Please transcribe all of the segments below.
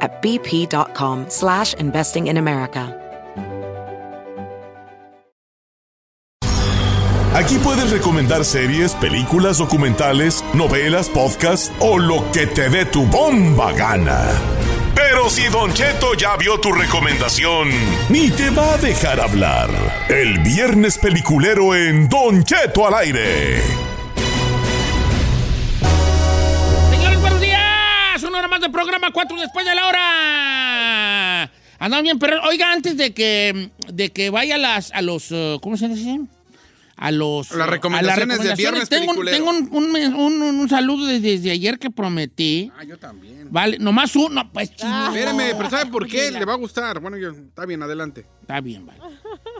at bp.com slash investing in America. Aquí puedes recomendar series, películas, documentales, novelas, podcasts o lo que te dé tu bomba gana. Pero si Don Cheto ya vio tu recomendación, ni te va a dejar hablar. El viernes peliculero en Don Cheto al aire. Señores, buenos días. Una hora más de programa, cuatro después de la hora. Andan bien, pero oiga, antes de que, de que vaya a las, a los, eh, ¿cómo se dice? A los... Las recomendaciones de viernes Tengo, un- peliculero. tengo un, un- un- un- un saludo desde, desde ayer que prometí. Ah, yo también. Vale, nomás uno, pues chino. Ah. Espérame, pero ¿sabe por qué? Le va a gustar. Bueno, yo, está bien, adelante. Está bien, vale.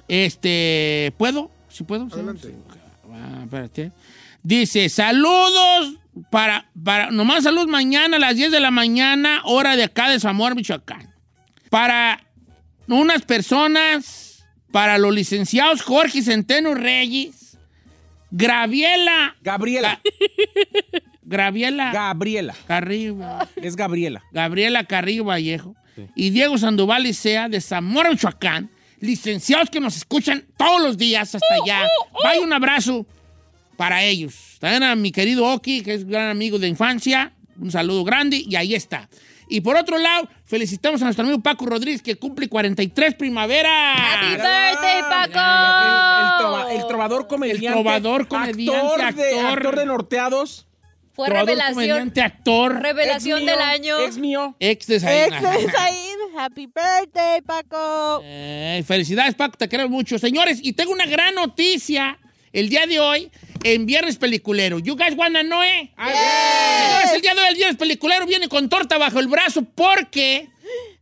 Este, ¿puedo? ¿Sí puedo? ¿Sí? Adelante. Sí. Ah, espérate. Dice, saludos para, para, nomás salud mañana a las 10 de la mañana, hora de acá de Zamora, Michoacán. Para unas personas, para los licenciados Jorge Centeno Reyes, Graviela, Gabriela. Graviela Gabriela. Carrillo. Es Gabriela. Gabriela Carrillo Vallejo y Diego Sandoval Licea de Zamora, Michoacán, licenciados que nos escuchan todos los días hasta allá. Vaya un abrazo para ellos. También a mi querido Oki, que es un gran amigo de infancia, un saludo grande y ahí está. Y por otro lado, felicitamos a nuestro amigo Paco Rodríguez que cumple 43 ¡Happy primaveras. birthday, Paco! El, el trova- el trovador comediante. El trovador comediante, Actor de, actor. actor de Norteados. Fue Trovador, revelación. comediante, actor, Revelación Ex mío, del año. Ex mío. ex de Saína. Excelsaín, happy birthday, Paco. Eh, felicidades, Paco, te queremos mucho. Señores, y tengo una gran noticia el día de hoy en Viernes Peliculero. You guys wanna know, eh? Señores, el día de hoy el Viernes Peliculero viene con torta bajo el brazo porque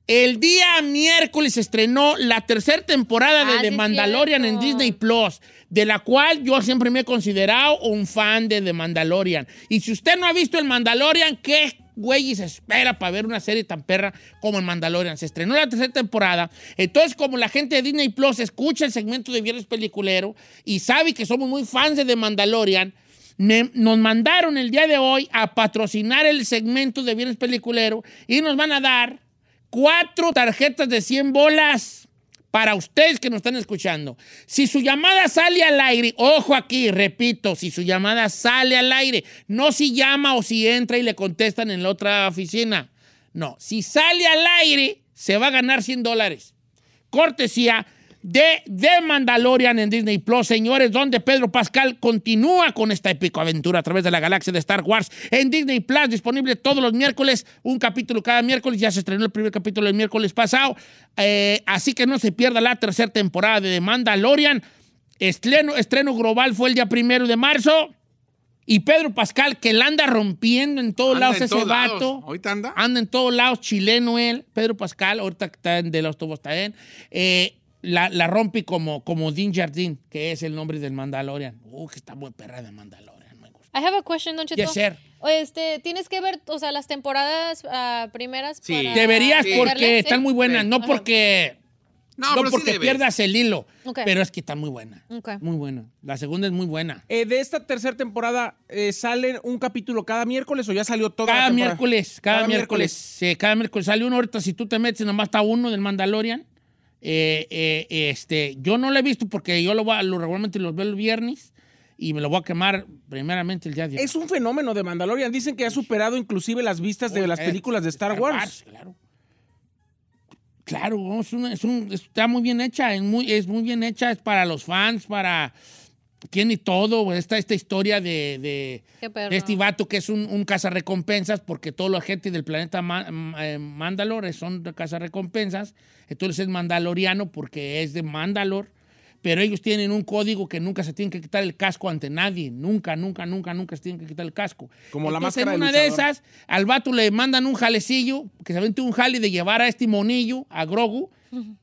el día miércoles estrenó la tercera temporada de Ah, The sí, Mandalorian en cierto. Disney Plus, de la cual yo siempre me he considerado un fan de The Mandalorian. Y si usted no ha visto el Mandalorian, ¿qué güey se espera para ver una serie tan perra como el Mandalorian? Se estrenó la tercera temporada. Entonces, como la gente de Disney Plus escucha el segmento de Viernes Peliculero y sabe que somos muy fans de The Mandalorian, me- nos mandaron el día de hoy a patrocinar el segmento de Viernes Peliculero y nos van a dar cuatro tarjetas de 100 bolas para ustedes que nos están escuchando. Si su llamada sale al aire, ojo aquí, repito, si su llamada sale al aire, no si llama o si entra y le contestan en la otra oficina. No, si sale al aire, se va a ganar 100 dólares. Cortesía de The Mandalorian en Disney Plus, señores, donde Pedro Pascal continúa con esta épica aventura a través de la galaxia de Star Wars en Disney Plus, disponible todos los miércoles, un capítulo cada miércoles, ya se estrenó el primer capítulo el miércoles pasado, eh, así que no se pierda la tercera temporada de The Mandalorian. Estreno, estreno global fue el día primero de marzo. Y Pedro Pascal, que la anda rompiendo en todos Anda lados en ese todos lados. vato. Ahorita anda. Anda en todos lados, chileno él, Pedro Pascal, ahorita que está en de los tubos también. Eh, la, la rompe como, como Dean Jardín, que es el nombre del Mandalorian. Uh, que está muy perra de Mandalorian, me gusta. I have a question, Don Cheto. Yes, sir. O Este, tienes que ver, o sea, las temporadas ah, primeras Sí. para ¿eh? Deberías sí. porque verle, ¿sí? están muy buenas, Sí. no Ajá. porque, No, no pero sí porque debes. pierdas el hilo, Ok. pero es que está muy buena. Ok. Muy buena. La segunda es muy buena. Eh, de esta tercera temporada, eh, ¿salen un capítulo cada miércoles o ya salió toda la Cada temporada? miércoles, cada, Cada miércoles, miércoles. sí, cada miércoles sale uno. Ahorita, si tú te metes, nomás está uno del Mandalorian. Eh, eh, este, yo no lo he visto porque yo lo, voy a- lo regularmente los veo el viernes y me lo voy a quemar primeramente el día de hoy. Es un fenómeno de Mandalorian. eh, Dicen que ha superado inclusive las vistas de las películas de Star Wars. claro. Claro, es una- es un- está muy bien hecha, es muy, es muy bien hecha, es para los fans, para tiene todo, güey, esta, esta historia de, de- Qué perro. de este vato que es un, un cazarrecompensas, porque toda la gente del planeta Ma- Ma- eh, Mandalore son de cazarrecompensas, entonces es mandaloriano porque es de Mandalor, pero ellos tienen un código que nunca se tienen que quitar el casco ante nadie, nunca, nunca, nunca, nunca se tienen que quitar el casco. Como la Entonces, máscara en del una de luchador. esas, al vato le mandan un jalecillo, que se avente un jale de llevar a este monillo, a Grogu,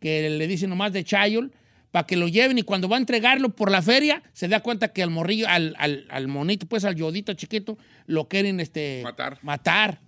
que le dicen nomás de Chayol, para que lo lleven y cuando va a entregarlo por la feria, se da cuenta que al morrillo, al, al- al monito, pues al yodito chiquito, lo quieren este, Matar. matar.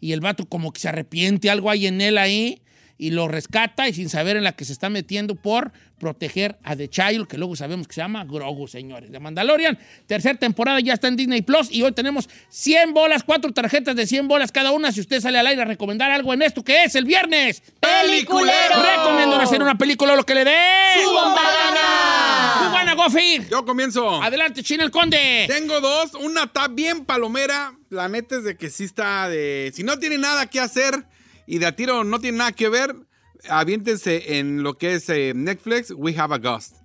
Y el vato como que se arrepiente, algo hay en él ahí, y lo rescata y sin saber en la que se está metiendo por proteger a The Child, que luego sabemos que se llama Grogu, señores. De Mandalorian, tercera temporada ya está en Disney Plus y hoy tenemos 100 bolas, cuatro tarjetas de 100 bolas cada una. Si usted sale al aire a recomendar algo en esto, que es el viernes. ¡Peliculero! Recomiendo hacer una película o lo que le dé. ¡Su bomba gana! ¡Muy buena, Goffy! Yo comienzo. Adelante, China el Conde. Tengo dos. Una está bien palomera. La neta es de que sí está de. Si no tiene nada que hacer y de a tiro no tiene nada que ver, aviéntense en lo que es eh, Netflix, We Have a Ghost.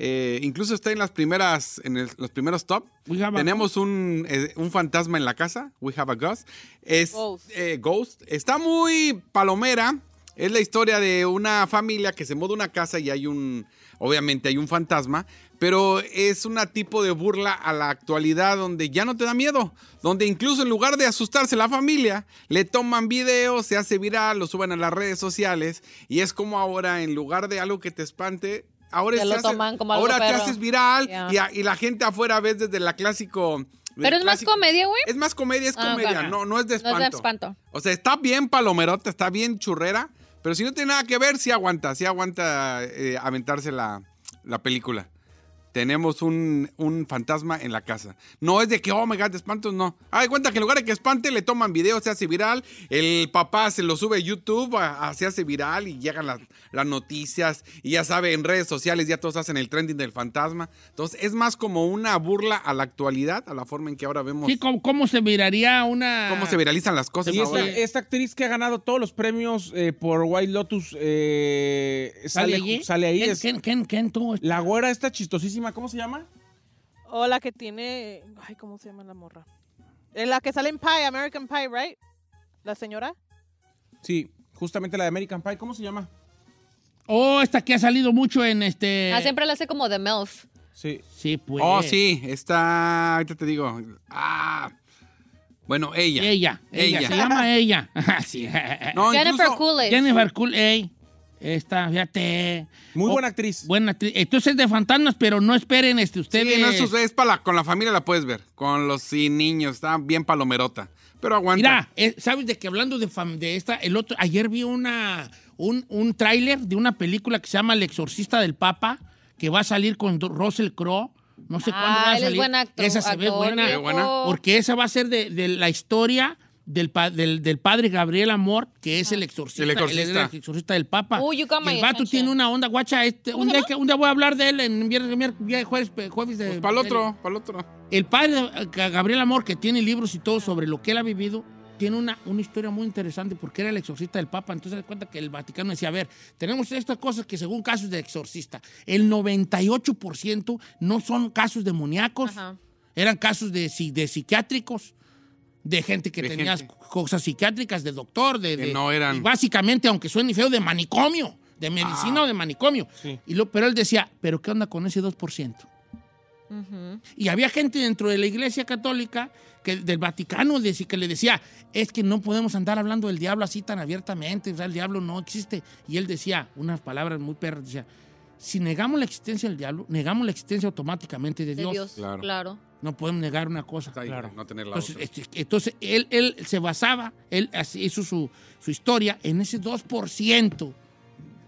Eh, incluso está en las primeras, en el- los primeros top. We Have a Tenemos un, eh, un fantasma en la casa. We Have a Ghost. Es Ghost. eh, Ghost. Está muy palomera. Es la historia de una familia que se muda a una casa y hay un. Obviamente hay un fantasma. Pero es una tipo de burla a la actualidad donde ya no te da miedo. Donde incluso en lugar de asustarse la familia, le toman videos, se hace viral, lo suben a las redes sociales. Y es como ahora, en lugar de algo que te espante. Ahora, Te se lo hace- toman como algo ahora te perro. haces viral Ya. y, a- y la gente afuera ves desde la clásico. Pero es más clásico- comedia, güey. Es más comedia, es Ah, comedia, ok. no, no es de No es espanto. de espanto. O sea, está bien palomerota, está bien churrera, pero si no tiene nada que ver, sí aguanta, sí aguanta eh, aventarse la, la película. Tenemos un, un fantasma en la casa. No es de que, oh my god, te espantos, no. Ah, de cuenta que en lugar de que espante, le toman video, se hace viral. El papá se lo sube a YouTube, a- a- se hace viral y llegan las, las noticias. Y ya sabe, en redes sociales ya todos hacen el trending del fantasma. Entonces, es más como una burla a la actualidad, a la forma en que ahora vemos Sí, ¿cómo, cómo se miraría una... cómo se viralizan las cosas. Y esta, ahora. esta actriz que ha ganado todos los premios eh, por White Lotus eh, ¿Sale sale, allí? sale ahí. ¿Quién, es- quién, quién, quién tuvo este? la güera esta chistosísima, ¿cómo se llama? O la que tiene. Ay, ¿cómo se llama la morra? Es la que sale en Pie, American Pie, ¿right? La señora. Sí, justamente la de American Pie, ¿cómo se llama? Oh, esta que ha salido mucho en este... Ah, siempre la hace como de MILF. Sí. Sí, pues. Oh, sí, está. Ahorita te digo. Ah. Bueno, ella. Ella, ella, Ella. se llama ella. sí. No, Jennifer incluso- Coolidge. Jennifer Cool, ey. Esta, fíjate. Muy Oh, buena actriz. Buena actriz. Entonces es de fantasmas, pero no esperen este, ustedes. Sí, no, eso es para la- con la familia la puedes ver. Con los sí, niños, está bien palomerota. Pero aguanta. Mira, eh, sabes de que hablando de, fam- de esta, el otro, ayer vi una, un, un tráiler de una película que se llama El Exorcista del Papa, que va a salir con Do- Russell Crowe. No sé cuándo va a Ah, él es salir. buen actor. Esa se ve actor, buena. viejo. buena. Porque esa va a ser de, de la historia del, pa- del, del padre Gabriel Amor, que es el exorcista. El él es exorcista. el exorcista del Papa. Oh, you got Y el my vato attention. tiene una onda, guacha. Este, un, día que- un día voy a hablar de él en viernes, viernes- jueves, jueves de. Pues para el otro, para el otro. El padre eh, Gabriel Amor, que tiene libros y todo sobre lo que él ha vivido, tiene una, una historia muy interesante porque era el exorcista del Papa. Entonces, se da cuenta que el Vaticano decía: A ver, tenemos estas cosas que, según casos de exorcista, el 98% no son casos demoníacos, Ajá. eran casos de, psi- de psiquiátricos, de gente que De tenía gente. cosas psiquiátricas, de doctor, de. Que de- no eran. Ah. y básicamente, aunque suene feo, de manicomio, de medicina o de manicomio. Sí. Y lo, pero él decía: ¿Pero qué onda con ese 2%? Ujú. Y había gente dentro de la iglesia católica que, del Vaticano de- que le decía, es que no podemos andar hablando del diablo así tan abiertamente, o sea, el diablo no existe. Y él decía, unas palabras muy perras, decía, si negamos la existencia del diablo, negamos la existencia automáticamente de De Dios. Dios, Claro. claro. No podemos negar una cosa. Está ahí, Claro. no tener la Entonces, otra. este, entonces, él, él se basaba, él así hizo su, su historia en ese 2%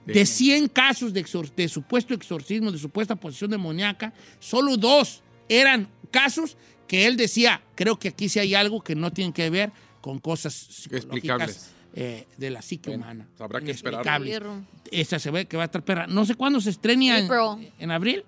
de 100 casos de, exor- de supuesto exorcismo, de supuesta posesión demoníaca, solo dos eran casos que él decía, creo que aquí sí hay algo que no tiene que ver con cosas psicológicas Explicables. eh, de la psique humana. Pues habrá que esperar. Inexplicable. Room. Esa se ve que va a estar perra. No sé cuándo se estrena. en- April. ¿En abril?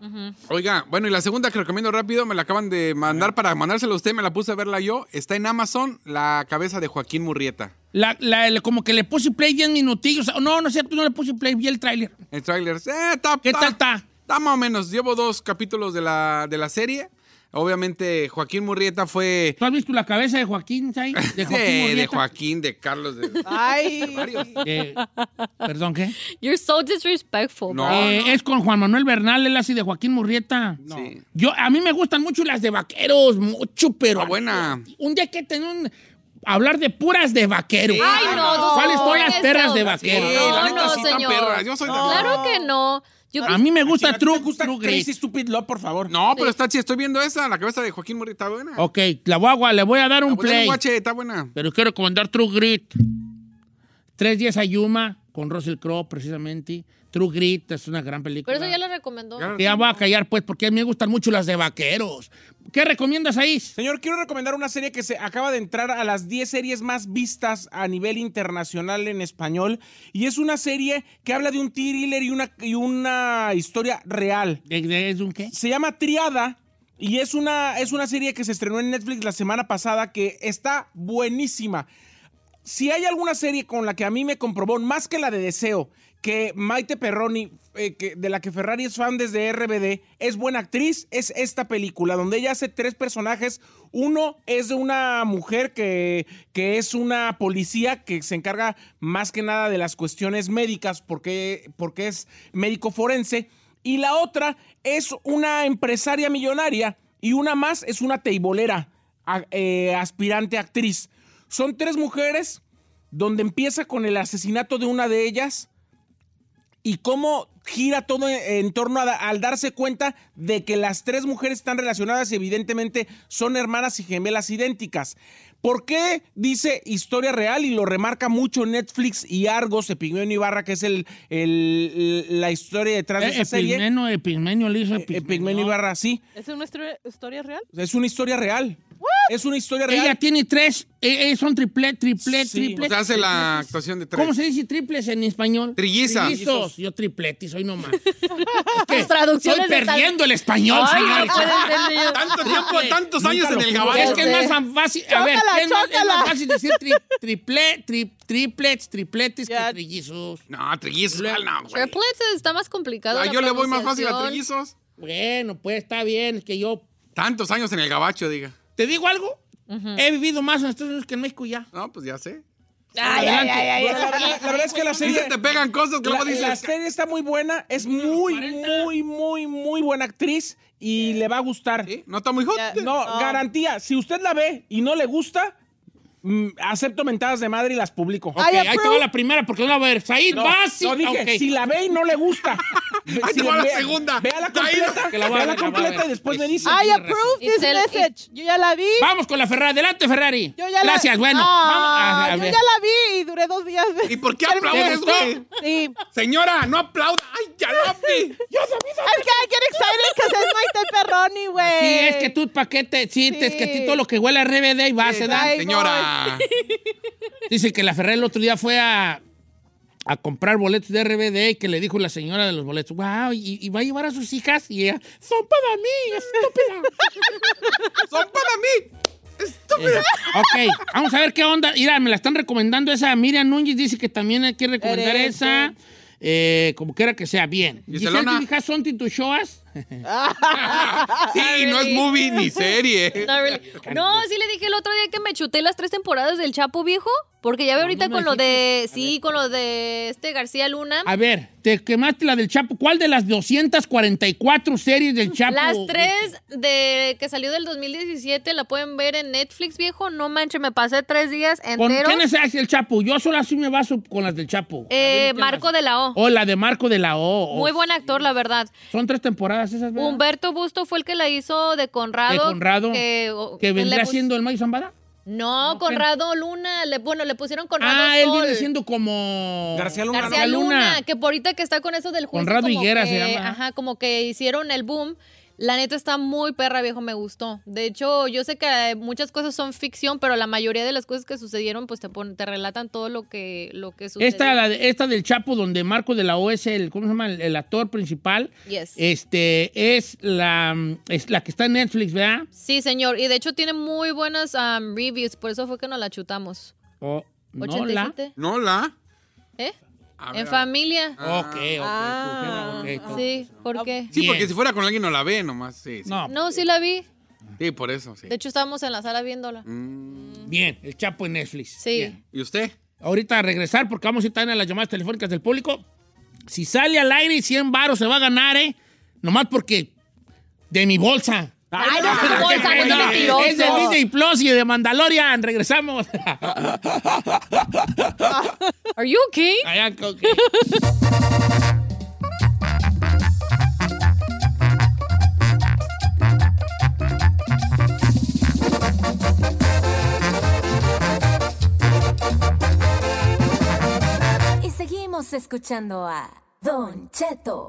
Oiga, bueno, y la segunda que recomiendo rápido, me la acaban de mandar para mandársela a usted, me la puse a verla yo. Está en Amazon, la cabeza de Joaquín Murrieta. La, la- el- como que le puse play 10 minutillos. No, no es cierto, no le puse play, vi el tráiler. El tráiler, eh, está- ¿Qué está- tal está? Está más o menos. Llevo dos capítulos de la, de la serie. Obviamente, Joaquín Murrieta fue. ¿Tú has visto la cabeza de Joaquín, Sai? De Joaquín Sí, de Murrieta. Joaquín, de Carlos, de. Ay. Eh, perdón, ¿qué? You're so disrespectful. No, Eh, no. Es con Juan Manuel Bernal, él así de Joaquín Murrieta. No. Sí. Yo, a mí me gustan mucho las de vaqueros, mucho, pero. Está buena. Un día que tener un. Hablar de puras de vaqueros. Ay, no, dos ¿Cuáles son las hombres, perras de no. Sí, vaqueros? No, la neta, no, sí están señor. perras. Yo soy de- Claro que no. Yo- A mí me gusta Chica, ¿tú te True, gusta True Grit. Crazy Stupid Love, por favor. No, pero está chido. Estoy viendo esa, la cabeza de Joaquín Murrieta. Está buena. Ok, la voy a, le voy a dar un Está buena, play. guache, está buena. Pero quiero recomendar True Grit. Tres días a Yuma con Russell Crowe, precisamente. True Grit es una gran película. Pero eso ya lo recomendó. Ya- Ya voy a callar, pues, porque a mí me gustan mucho las de vaqueros. ¿Qué recomiendas ahí? Señor, quiero recomendar una serie que se acaba de entrar a las 10 series más vistas a nivel internacional en español. Y es una serie que habla de un thriller y una, y una historia real. ¿De- de- ¿Es un qué? Se llama Triada y es una, es una serie que se estrenó en Netflix la semana pasada que está buenísima. Si hay alguna serie con la que a mí me comprobó, más que la de Deseo, que Maite Perroni, eh, que- de la que Ferrari es fan desde RBD, es buena actriz, es esta película, donde ella hace tres personajes. Uno es de una mujer que, que es una policía que se encarga más que nada de las cuestiones médicas, porque, porque es médico forense. Y la otra es una empresaria millonaria. Y una más es una teibolera, a- eh, aspirante a actriz. Son tres mujeres donde empieza con el asesinato de una de ellas y cómo gira todo en, en torno a da- al darse cuenta de que las tres mujeres están relacionadas y evidentemente son hermanas y gemelas idénticas. ¿Por qué dice historia real y lo remarca mucho Netflix y Argos, Epignón y Barra, que es el, el- la historia detrás de Eh, esa serie? Epigmenio, Epigmenio, le hizo Epignón y Epigmenio. Barra, sí. ¿Es una historia, historia real? Es una historia real. Es una historia real. Ella tiene tres, eh, eh, son triple, triple, Sí. triple. O sea, hace la actuación de tres. ¿Cómo se dice triples en español? Trillizas. Trillizos. Yo tripletis, hoy nomás. Es que Tus traducciones Estoy están- perdiendo el español, Ay, no señorita. puede ser, señor. Tanto tiempo, tantos años en el Es gabacho. que es más fácil. A ver, Chócala, es más, es chócala. más fácil decir tri- triple, tri- triplets, tripletis Ya. que trillizos. No, trillizos. No, güey. Triplets está más complicado. Ah, la yo le voy más fácil a pronunciación. trillizos. Bueno, pues está bien, es que yo. Tantos años en el gabacho, diga. ¿Te digo algo? He vivido más en Estados Unidos que en México ya. No, pues ya sé. Ay, ay, ay, ay. Bueno, la, verdad- la verdad es que la Sí, se serie, te pegan cosas que luego la, la dices. serie está muy buena. Es muy, 40. muy, muy, muy buena actriz y le va a gustar. ¿eh? No está muy hot. Ya, No, No. garantía. Si usted la ve y no le gusta, mm, acepto mentadas de madre y las publico. Ok, I ahí te va approve. la primera porque no la voy a ver. Said, No, vas y- no, dije, ok. si la ve y no le gusta. Ahí si te va la ve- segunda. Véala De ahí- completa, Que la voy a véala ver, la voy a completa ver. y después me Sí. dice. I tiene razón. approve this Itzel, message. Yo ya la vi. Vamos con la Ferrari. Adelante, Ferrari. Yo ya la- Gracias, bueno. Ah, vamos a- a yo ver. ya la vi y duré dos días. ¿Y por qué ¿Te aplaudes, gustó? güey? Sí. Señora, no aplauda. ¡Ay, ya la vi! Es que I get excited because it's Maite Perroni, güey. Sí, es que tú paquete, sí, Sí. es que a ti todo lo que huele a RBD y va, se da. Ay, Señora. Dice que la Ferrari el otro día fue a, a comprar boletos de RBD y que le dijo la señora de los boletos, wow, y, y va a llevar a sus hijas y ella, son para mí, estúpida. ¡Son para mí! ¡Estúpida! Eh, ok, vamos a ver qué onda. Mira, me la están recomendando esa. Miriam Núñez dice que también hay que recomendar Eres, esa. Eh, como quiera que sea, bien. Giselona. Giselle, ¿tus hijas son tituchoas? Sí, no es movie ni serie. No, Ah, really. No, sí le dije el otro día que me chuté las tres temporadas del Chapo Viejo, porque ya ve ahorita no me con lo de, sí, con lo de este García Luna. A ver, te quemaste la del Chapo. ¿Cuál de las 244 series del Chapo? Las tres de que salió del 2017 la pueden ver en Netflix, viejo. No manches, me pasé tres días ¿Con enteros. quién es ese el Chapo? Yo solo así me baso con las del Chapo. Eh, Marco de la O. O la de Marco de la O. o- Muy buen actor, la verdad. Oh, Son tres temporadas esas, ¿verdad? Humberto Busto fue el que la hizo de Conrado. de Conrado. Que, o- que le vendría pus- siendo el Mayo Zambada. No, Conrado Luna. Le, bueno, le pusieron Conrado Ah, él Sol. viene siendo como. García Luna. García Luna, que por ahorita que está con eso del juicio. Conrado como Higuera que- se llama. Ajá, como que hicieron el boom. La neta está muy perra, viejo, me gustó. De hecho, yo sé que eh, muchas cosas son ficción, pero la mayoría de las cosas que sucedieron, pues te, pon- te relatan todo lo que, lo que sucedió. Esta, la de- esta del Chapo, donde Marco de la O es el, ¿cómo se llama? El, el actor principal. Yes. Este, es la, es la que está en Netflix, ¿verdad? Sí, señor. Y de hecho tiene muy buenas um, reviews, por eso fue que nos la chutamos. O, no, la. 87. No la. ¿Eh? A ver, En a- familia. Ok, ok. Ah. ok, ok. Sí, ¿por qué? Ah, Sí, porque Bien. si fuera con alguien no la ve nomás. Sí, sí. No, No, sí la vi. Sí, por eso, sí. De hecho, estábamos en la sala viéndola. bien, el Chapo en Netflix. Sí. Bien. ¿Y usted? Ahorita a regresar porque vamos a ir también a las llamadas telefónicas del público. Si sale al aire y 100 varos se va a ganar, ¿eh? Nomás porque de mi bolsa. Ay, no, es tu bolsa, güey, No, mentiroso. es de Disney Plus y de Mandalorian. Regresamos. Are you okay? Allá, ok. Y seguimos escuchando a Don Cheto.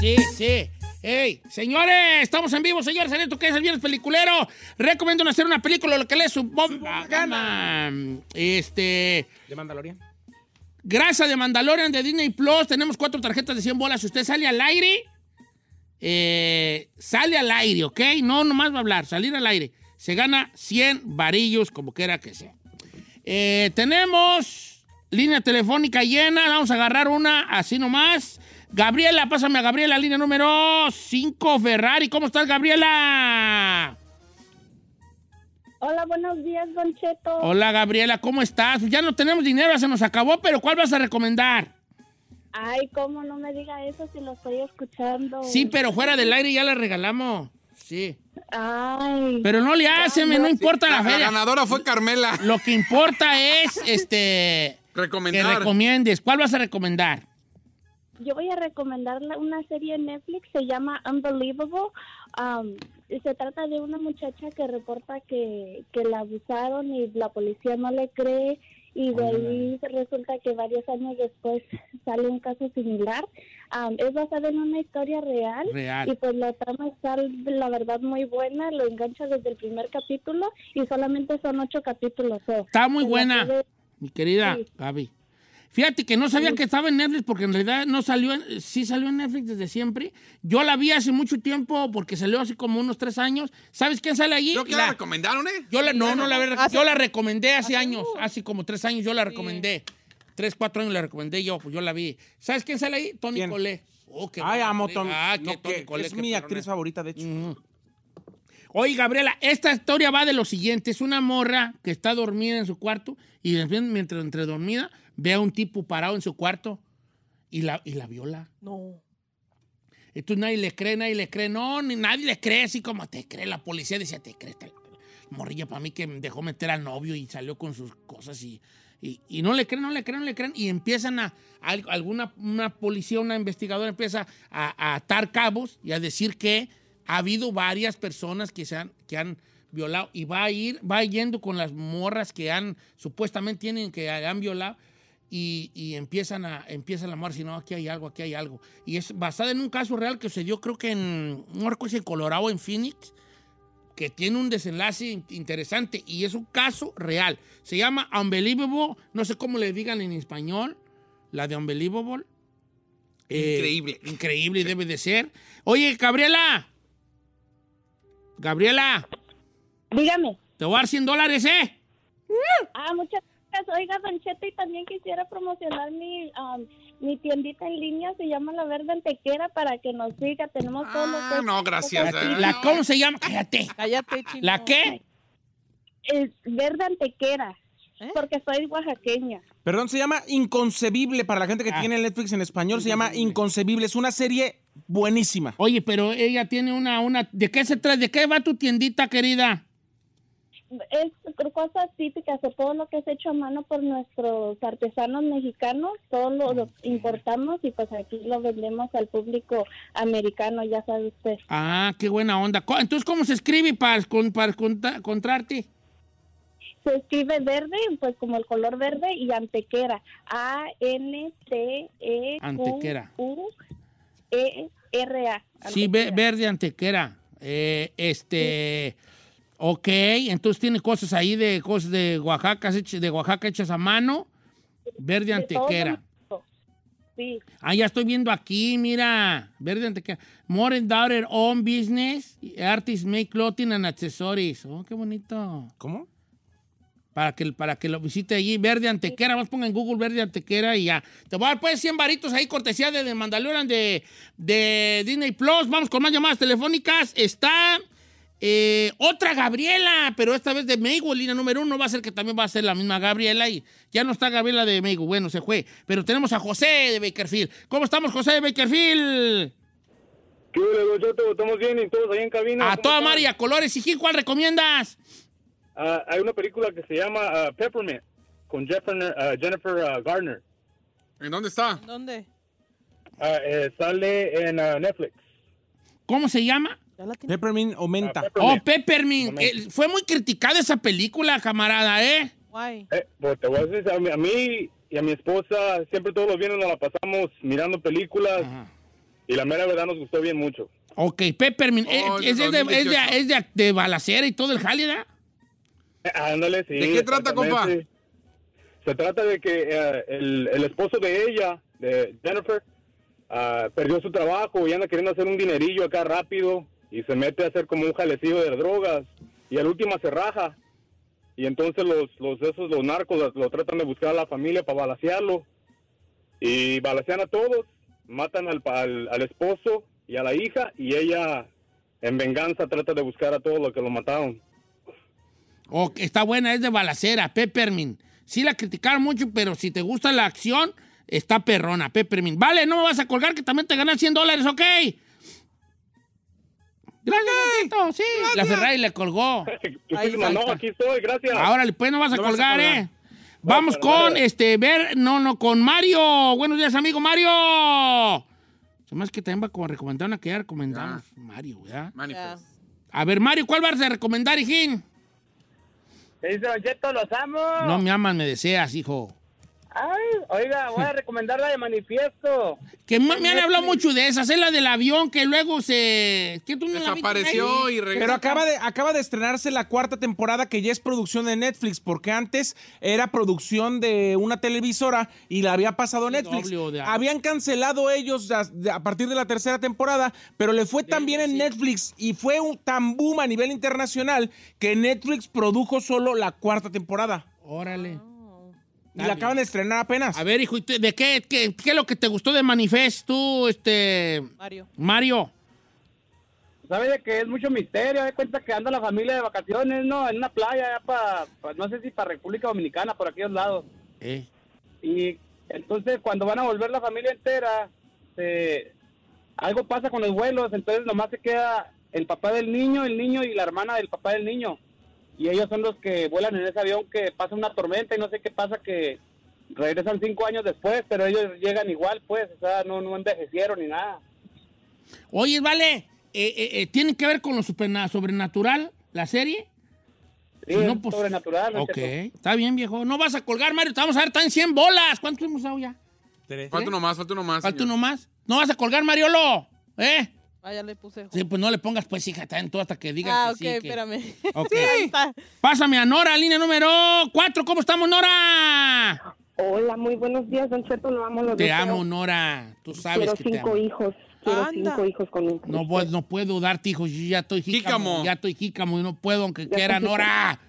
Sí, sí. ¡Ey! Señores, estamos en vivo, señores. En esto que es el viernes peliculero. Recomiendo hacer una película, lo que le su bomba gana. Este. ¿De Mandalorian? Grasa de Mandalorian de Disney Plus. Tenemos cuatro tarjetas de 100 bolas. Si usted sale al aire, eh, sale al aire, ¿ok? No, nomás va a hablar, salir al aire. Se gana 100 varillos, como quiera que sea. Eh, tenemos línea telefónica llena. Vamos a agarrar una así nomás. Gabriela, pásame a Gabriela, línea número 5 Ferrari. ¿Cómo estás, Gabriela? Hola, buenos días, Don Cheto. Hola, Gabriela, ¿cómo estás? Ya no tenemos dinero, ya se nos acabó, pero ¿cuál vas a recomendar? Ay, cómo no me diga eso si lo estoy escuchando. Sí, pero fuera del aire ya la regalamos. Sí. Ay, Pero no le hacen, no importa La, la la feria. ganadora fue Carmela. Lo que importa es este que Recomendar. recomiendes. ¿Cuál vas a recomendar? yo voy a recomendar la- una serie en Netflix, se llama Unbelievable. Am, y se trata de una muchacha que reporta que, que la abusaron y la policía no le cree. Y de ahí resulta que varios años después sale un caso similar. Am, es basada en una historia real. Y Real. pues la trama está, la verdad, muy buena. Lo engancha desde el primer capítulo y solamente son ocho capítulos. so, Está muy se la buena, puede- mi querida Sí. Gaby. Fíjate que no sabía que estaba en Netflix porque en realidad no salió, en- sí salió en Netflix desde siempre. Yo la vi hace mucho tiempo porque salió hace como unos tres años. ¿Sabes quién sale allí? Creo que La- la recomendaron, ¿eh? Yo la, no, no, la verdad, Hace- yo la recomendé hace años, hace como tres años yo la recomendé. Tres, cuatro años la recomendé yo, pues yo la vi. ¿Sabes quién sale ahí? Tony ¿Quién? Colé. Oh, qué Ay, buena amo actriz. Tom. Ah, no, qué Toni que- Colette, Es qué mi perrona. actriz favorita, de hecho. Oye, Gabriela, esta historia va de lo siguiente. Es una morra que está dormida en su cuarto y de repente, mientras entre dormida, ve a un tipo parado en su cuarto y la, y la viola. No. Entonces nadie le cree, nadie le cree. No, ni nadie le cree, así como te cree. La policía decía, te cree. te la cree". Morrilla para mí que me dejó meter al novio y salió con sus cosas y, y, y no le creen, no le creen, no le creen. Y empiezan a, al- alguna una policía, una investigadora empieza a, a atar cabos y a decir que ha habido varias personas que, se han, que han violado y va a ir, va yendo con las morras que han, supuestamente tienen, que han violado. y, y empiezan a empiezan a amar, si no, aquí hay algo, aquí hay algo. Y es basada en un caso real que se dio, creo que en un arco en Colorado, en Phoenix, que tiene un desenlace in- interesante y es un caso real. Se llama Unbelievable, no sé cómo le digan en español, la de Unbelievable. Eh, Increíble. increíble debe de ser. Oye, Gabriela. Gabriela, Dígame. te voy a dar 100 dólares, ¿eh? Ah, muchas gracias. Oiga, Don Cheto, y también quisiera promocionar mi, um, mi tiendita en línea, se llama La Verde Antequera, para que nos siga. Tenemos todos los... Ah, no, gracias. La, la- ¿Cómo se llama? Cállate. Cállate, chino. ¿La qué? El Verde Antequera, ¿Eh? porque soy oaxaqueña. Perdón, se llama Inconcebible para la gente que Ah. tiene Netflix en español. Se llama Inconcebible. Es una serie buenísima. Oye, pero eh, ella tiene una, una. ¿De qué se trae? ¿De qué va tu tiendita, querida? Es cosas típicas de todo lo que es hecho a mano por nuestros artesanos mexicanos, todo lo, lo importamos y pues aquí lo vendemos al público americano, ya sabe usted. Ah, qué buena onda. Co- Entonces, ¿cómo se escribe para, con- para conta- contraarte? Se escribe verde, pues como el color verde y antequera. A N T E Antequera. U E R A. Sí, ve- verde antequera. Eh, este. Ok, entonces tiene cosas ahí de cosas de Oaxaca, hech- de Oaxaca hechas a mano. Verde antequera. Sí. Ah, ya estoy viendo aquí, mira. Verde antequera. More and daughter own business. Artists make clothing and accessories. Oh, qué bonito. ¿Cómo? Para que, para que lo visite allí, Verde Antequera, más pongan en Google Verde Antequera y ya. Te voy a dar pues 100 varitos ahí, cortesía de, de Mandalorian de, de Disney Plus. Vamos con más llamadas telefónicas. Está eh, otra Gabriela, pero esta vez de Mayweather, línea número uno. Va a ser que también va a ser la misma Gabriela y ya no está Gabriela de Mayweather. Bueno, se fue. Pero tenemos a José de Bakerfield. ¿Cómo estamos, José de Bakerfield? ¿Qué hubo, Don Cheto? ¿Estamos bien y todos ahí en cabina? A ¿Cómo toda están? María, colores y Gil, ¿cuál recomiendas? Ah, hay una película que se llama ah, Peppermint con Jeffer- ah, Jennifer ah, Garner. ¿En dónde está? ¿Dónde? Ah, eh, sale en ah, Netflix. ¿Cómo se llama? Peppermint o menta. Oh, Peppermint. Eh, fue muy criticada esa película, camarada, ¿eh? Guay. Eh, pues te voy a decir, a mí, a mí y a mi esposa, siempre todos los viernes nos la pasamos mirando películas y la mera verdad nos gustó bien mucho. Ok, Peppermint. Eh, Oh, es, de, es de- 2018. es de- de balacera y todo el jale, ¿verdad? Eh, Ándale, sí. ¿De qué trata, exactamente. Se trata de que eh, el, el esposo de ella, de Jennifer, ah, perdió su trabajo y anda queriendo hacer un dinerillo acá rápido y se mete a hacer como un jalecillo de drogas y al última se raja. Y entonces los, los, esos, los narcos lo, lo tratan de buscar a la familia para balasearlo y balasean a todos, matan al, pa- al, al esposo y a la hija y ella en venganza trata de buscar a todos los que lo mataron. Ok, está buena, es de balacera, Peppermint. Sí la criticaron mucho, pero si te gusta la acción, está perrona, Peppermint. Vale, no me vas a colgar que también te ganan 100 dólares, ¿ok? Gracias, Don Cheto, sí. La Ferrari le colgó. Muchísimas, no, aquí estoy, gracias. Ahora, pues no vas a No vas a colgar, colgar. ¿eh? Vamos con este, ver, no, no, con Mario. Buenos días, amigo Mario. Se más que también va como recomendar una que ya recomendamos. Mario, ¿verdad? A ver, Mario, ¿cuál vas a recomendar, hijín? Se dice Don Cheto, los amo. No me amas, me deseas, hijo. Ay, oiga, voy a recomendar la de manifiesto. Que ma- me han hablado mucho de esas, es la del avión que luego se... ¿Qué tú no la viste, Mary? Pero acaba de, acaba de estrenarse la cuarta temporada que ya es producción de Netflix, porque antes era producción de una televisora y la había pasado Netflix. doble o de- Habían cancelado ellos a, de- a partir de la tercera temporada, pero le fue tan bien en Netflix y fue un tan boom a nivel internacional que Netflix produjo solo la cuarta temporada. Órale. Y la acaban de estrenar apenas. A ver, hijo, ¿y te- ¿de qué, qué, qué es lo que te gustó de Manifest tú, este... Mario. Mario? ¿Sabe de que es mucho misterio? De cuenta que anda la familia de vacaciones, ¿no? En una playa, ya para, no sé si para República Dominicana, por aquellos lados. Eh. Y entonces cuando van a volver la familia entera, se- algo pasa con los vuelos, entonces nomás se queda el papá del niño, el niño y la hermana del papá del niño. Y ellos son los que vuelan en ese avión que pasa una tormenta y no sé qué pasa que regresan cinco años después, pero ellos llegan igual, pues, o sea, no, no envejecieron ni nada. Oye, vale, eh, eh, eh, ¿tiene que ver con lo superna- sobrenatural la serie? Sí, es sobrenatural, Don Ok, Cheto. está bien, viejo. No vas a colgar, Mario. Te vamos a dar tan 100 bolas. ¿Cuánto hemos dado ya? Falta uno más, falta uno más. Falta señor. uno más. No vas a colgar, Mariolo. ¿Eh? Ah, ya le puse. Sí, pues no le pongas, pues, hija, está en todo hasta que diga ah, que ok, sí, que- espérame. Ok. Ahí está. Pásame a Nora, línea número 4. ¿Cómo estamos, Nora? Hola, muy buenos días, Don Cheto. Lo amo, lo Te deseo. amo, Nora. Tú sabes Quiero que te cinco amo. hijos. Quiero Anda. cinco hijos con un. No, puedo- no puedo darte hijos. Yo ya estoy jícamo. Jícamo. Ya estoy jícamo y no puedo, aunque Ya quiera, estoy Nora.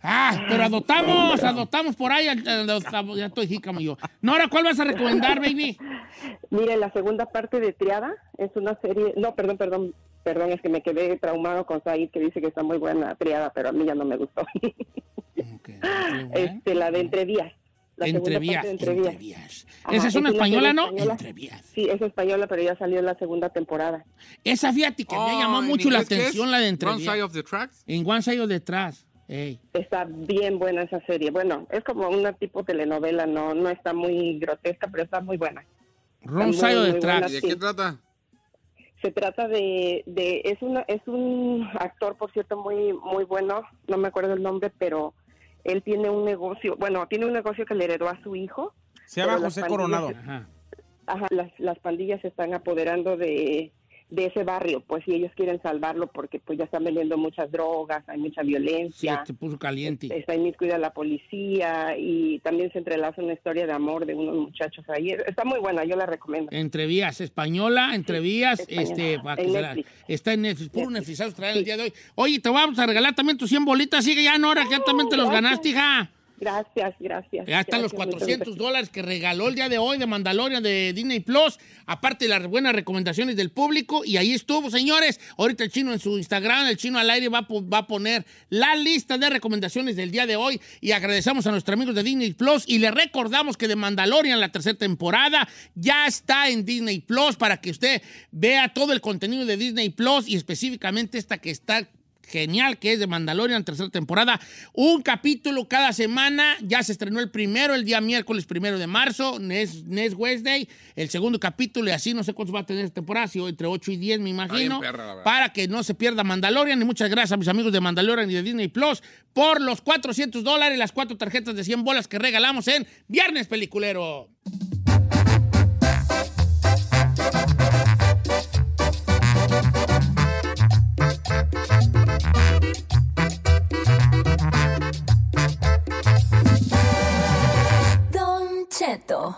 Ah, pero adoptamos, adoptamos por ahí. al- al- al- Ya estoy jícamo yo. Nora, ¿cuál vas a recomendar, baby? Mire, la segunda parte de Triada es una serie. No, perdón, perdón. Perdón, es que me quedé traumado con Said que dice que está muy buena Triada, pero a mí ya no me gustó. este, la de Entre Días. La segunda parte Entrevías. de Entre Días. Ajá, Esa es una serie española, ¿no? española. Sí, es española, pero ya salió la segunda temporada. Esa fíjate que me Oh, llamó ¿en mucho la inglés qué es? atención la de entrevistas. One Side of the Tracks? En One Side of the Tracks. Ey. Está bien buena esa serie. Bueno, es como una tipo telenovela, no no está muy grotesca, pero está muy buena. Ron Muy, Side of the muy Tracks. buena, sí. Se trata de, de es una es un actor, por cierto, muy muy bueno, no me acuerdo el nombre, pero él tiene un negocio, bueno, tiene un negocio que le heredó a su hijo. Se llama pero las José pandillas- Coronado. Ajá, las, las pandillas se están apoderando de, de ese barrio, pues y ellos quieren salvarlo porque pues ya están vendiendo muchas drogas, hay mucha Sí, violencia. te puso caliente. está inmiscuida la policía y también se entrelaza una historia de amor de unos muchachos ahí. Está muy buena, yo la recomiendo. Entrevías, española, entrevías, española. este, para que En se la- Netflix. está en Netflix, puro Netflix traer el día de hoy. Oye, te vamos a regalar también tus 100 bolitas, sigue ya, Nora, que ya también te los gracias. ganaste, hija. Gracias, gracias. Ya están los Gracias, muchas 400 dólares que regaló el día de hoy de Mandalorian de Disney Plus, aparte de las buenas recomendaciones del público. Y ahí estuvo, señores. Ahorita el chino en su Instagram, el chino al aire, va a, po- va a poner la lista de recomendaciones del día de hoy. Y agradecemos a nuestros amigos de Disney Plus. Y les recordamos que de Mandalorian, la tercera temporada, ya está en Disney Plus para que usted vea todo el contenido de Disney Plus y específicamente esta que está genial que es de Mandalorian, tercera temporada. Un capítulo cada semana. Ya se estrenó el primero, el día miércoles primero de marzo, Next, next Wednesday. El segundo capítulo y así, no sé cuántos va a tener esta temporada, si entre 8 y 10 me imagino. perra, la verdad. para que no se pierda Mandalorian. Y muchas gracias a mis amigos de Mandalorian y de Disney Plus por los 400 dólares, las cuatro tarjetas de 100 bolas que regalamos en Viernes Peliculero. Don Cheto.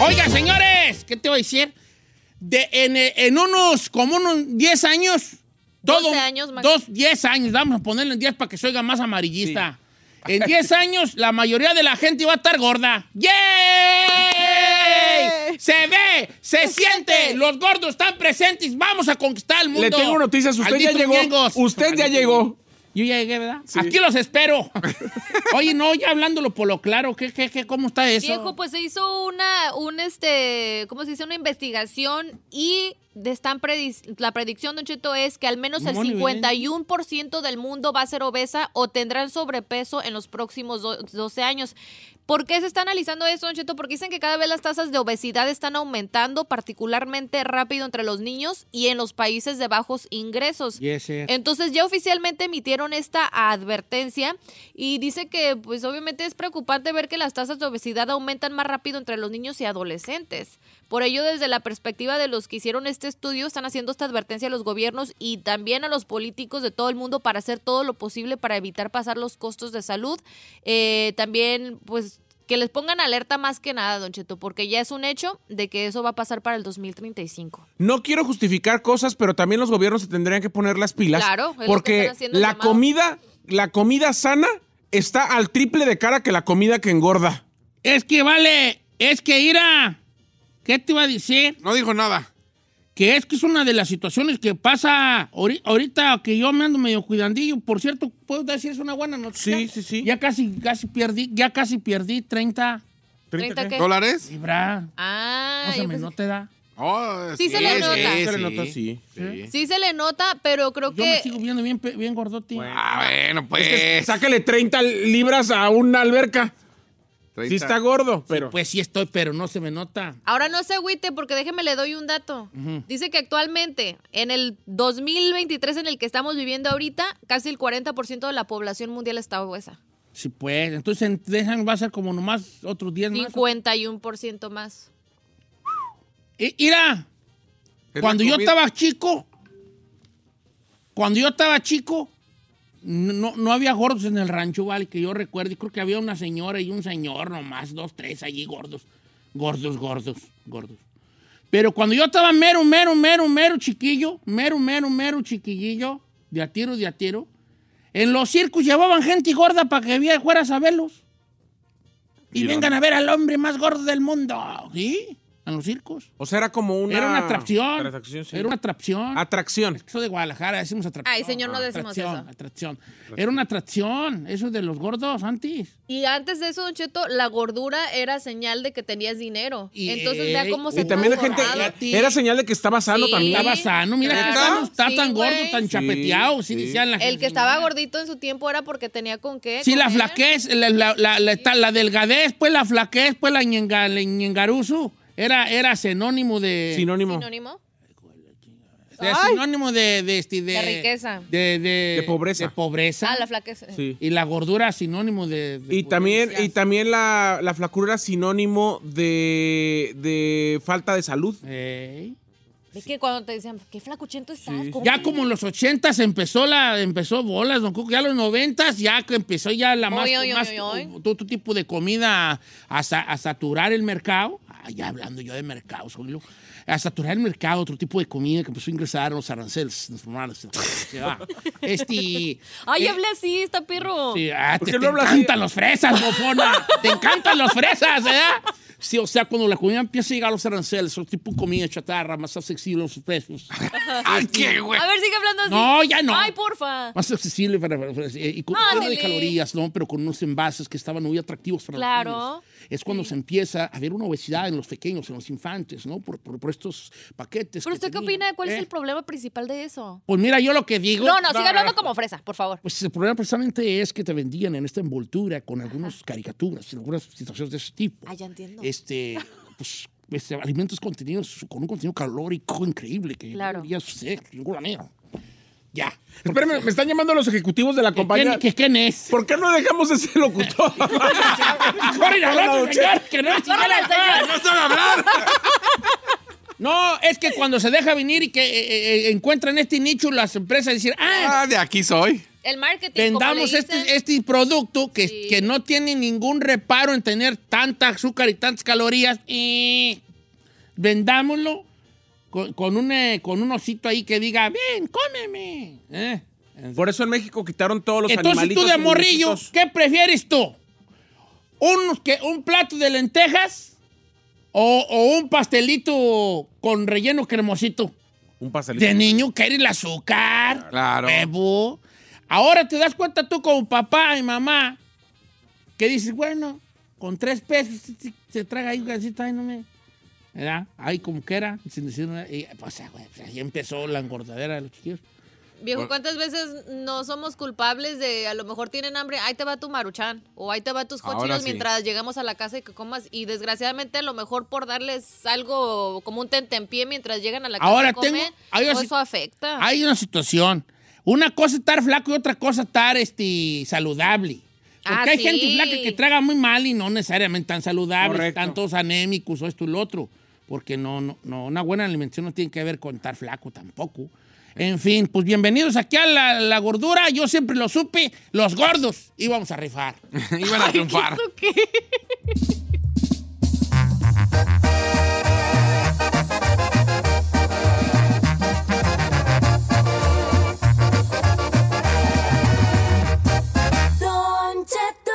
Oiga, señores, ¿qué te voy a decir? De, en, eh, en unos, como unos 10 años. Todo, 12 años, Max. 10 años, vamos a ponerle en 10 para que se oiga más amarillista. En 10 años, la mayoría de la gente va a estar gorda. ¡Yay! Se ve, se siente, los gordos están presentes, vamos a conquistar el mundo. Le tengo noticias, usted ya Maldito llegó. ñengos. Usted ya llegó. Yo ya llegué, ¿verdad? Aquí los espero. Oye, no, ya hablándolo por lo claro, ¿qué, qué, qué, ¿cómo está eso? Viejo, pues se hizo una, un este, ¿cómo se dice? Una investigación y de- están predic- la predicción, Don Cheto, es que al menos el Moni, 51% del mundo va a ser obesa o tendrán sobrepeso en los próximos do- 12 años. ¿Por qué se está analizando esto, Don Cheto? Porque dicen que cada vez las tasas de obesidad están aumentando particularmente rápido entre los niños y en los países de bajos ingresos. Yes, sir. Entonces ya oficialmente emitieron esta advertencia y dice que pues obviamente es preocupante ver que las tasas de obesidad aumentan más rápido entre los niños y adolescentes. Por ello, desde la perspectiva de los que hicieron este estudio, están haciendo esta advertencia a los gobiernos y también a los políticos de todo el mundo para hacer todo lo posible para evitar pasar los costos de salud. Eh, también pues que les pongan alerta más que nada, don Cheto, porque ya es un hecho de que eso va a pasar para el 2035. No quiero justificar cosas, pero también los gobiernos se tendrían que poner las pilas. Claro, es lo que porque están haciendo el la llamado. comida, la comida sana está al triple de cara que la comida que engorda. Es que vale, es que ira. ¿Qué te iba a decir? No dijo nada. Que es que es una de las situaciones que pasa ahori- ahorita que yo me ando medio cuidandillo. Por cierto, puedo decir es una buena noticia. Sí, sí, sí. Ya casi, casi perdí, ya casi perdí 30, ¿30 qué? ¿Dólares? Libra. Ah, No se yo me pensé- nota, da. Sí sí, se le sí, nota. sí, se le nota, sí. ¿Eh? Sí se le nota, pero creo Yo que... me sigo viendo bien, pe- bien gordote. Ah, bueno, pues. Sácale 30 libras a una alberca. Sí está gordo, pero... pues sí estoy, pero no se me nota. Ahora no se agüite porque déjeme le doy un dato. Ujú. Dice que actualmente, en el 2023 en el que estamos viviendo ahorita, casi el 40% de la población mundial está obesa. Sí, pues. Entonces, en tres años va a ser como nomás otros 10 más. 51% más. I- Mira, cuando yo comida. estaba chico, cuando yo estaba chico, no, no había gordos en el rancho, ¿vale? Que yo recuerdo, creo que había una señora y un señor nomás, dos, tres allí gordos, gordos, gordos, gordos. Pero cuando yo estaba mero, mero, mero, mero chiquillo, mero, mero, mero chiquillillo, de a tiro, de a tiro, en los circos llevaban gente gorda para que vie- fueras a verlos. Y Mira. vengan a ver al hombre más gordo del mundo, ¿sí? En los circos. O sea, era como una... Era una atracción. Atracción, sí. Era una atracción. Atracción. Eso de Guadalajara decimos atracción. Ay, señor, no decimos atracción, eso. Atracción. Era una atracción. Eso de los gordos antes. Y antes de eso, Don Cheto, la gordura era señal de que tenías dinero. Y- Entonces, vea cómo se Y también la ha gente... transformado. Era señal de que estaba sano Sí. también. Estaba sano. Mira, que Claro. sano está Sí, tan güey. gordo, tan Sí, chapeteado. Sí, sí. decían la El que estaba gordito en su tiempo era porque tenía con qué. Sí, la comer. flaquez, la, la- la- la- ta- la delgadez, pues la flaquez, pues la, ñenga, la ñengaruzu, era, era sinónimo de... Sinónimo. Sinónimo de- sinónimo de... De, este, de, de riqueza. de- de- De pobreza. de pobreza. Ah, la flaquez. Sí. Y la gordura sinónimo de... de Y también, y también la, la flacura era sinónimo de, de falta de salud. Ey. Es que cuando te decían, qué flacuchento estás. ¿cómo Ya como en los 80s empezó la empezó bolas, don Cuco. Ya en los 90s ya que empezó ya la más, Oy, oy, oy, más oy, oy. todo tu tipo de comida a, a sa- a saturar el mercado. Ah, ya hablando yo de mercado, soy lo- A saturar el mercado, otro tipo de comida que empezó a ingresar los aranceles. los normales, se va. Este. Ay, eh, hablé así, está perro. Sí, ah, ¿Por te, qué te no hablas así? encantan los fresas, bofona. te encantan los fresas, ¿verdad? Sí, o sea, cuando la comida empieza a llegar a los aranceles, son tipo comida chatarra, más accesible a los precios. ¡Ay, qué güey! A ver, sigue hablando así. No, ya no. Ay, porfa. Más accesible para, para- para- eh, y con lleno Ándale. de calorías, ¿no? Pero con unos envases que estaban muy atractivos para los niños. Claro. Es cuando se empieza a ver una obesidad en los pequeños, en los infantes, ¿no? Por, por- por estos paquetes. Pero que usted qué tenían, opina de cuál es ¿eh? el problema principal de eso. Pues mira, yo lo que digo. No, no, sigue hablando como fresa, por favor. Pues el problema precisamente es que te vendían en esta envoltura con algunas caricaturas, algunas situaciones de ese tipo. Ah, ya entiendo. Este, pues, este, alimentos contenidos con un contenido calórico increíble que Claro. no debería suceder de ninguna manera. Ya. Espérame, me están llamando los ejecutivos de la compañía. ¿Quién, que- ¿Quién es? ¿Por qué no dejamos ese locutor? Corre, no, no, Don señor, que no, Córrele, señor. ¡No sabe hablar! No, es que cuando se deja venir y que eh, eh, eh, encuentran este nicho las empresas decir, ah, Ah, de aquí soy. El marketing. como vendamos le dicen. este, este producto que, Sí. que no tiene ningún reparo en tener tanta azúcar y tantas calorías. Y vendámoslo con, con un, eh, con un osito ahí que diga, ven, cómeme. ¿Eh? Por eso en México quitaron todos los Entonces animalitos. tú de y morrillo, muñequitos. ¿qué prefieres tú? ¿Un, que, un plato de lentejas o, o un pastelito con relleno cremosito? Un pastelito. De niño quiere el azúcar. Claro. huevo. Ahora te das cuenta tú como papá y mamá que dices, bueno, con tres pesos se- se- se traga ahí un gancito, ay, no me... ¿Verdad? Ahí como que era, sin decir nada. Y, pues, ah, güey, pues, ahí empezó la engordadera de los chiquillos. Viejo, ¿cuántas veces no somos culpables de a lo mejor tienen hambre? Ahí te va tu maruchán o ahí te va tus Ahora cochinos sí. mientras llegamos a la casa y que comas. Y desgraciadamente a lo mejor por darles algo como un tentempié mientras llegan a la casa Ahora y comen, tengo- hay una pues, si- eso afecta. Hay una situación. Una cosa es estar flaco y otra cosa es estar este, saludable. Porque Ah, hay sí. gente flaca que traga muy mal y no necesariamente tan saludable, Correcto. están todos anémicos o esto y lo otro. Porque no, no, no, una buena alimentación no tiene que ver con estar flaco tampoco. En fin, pues bienvenidos aquí a la, la gordura. Yo siempre lo supe, los gordos íbamos a rifar. Iban a triunfar. Don Cheto.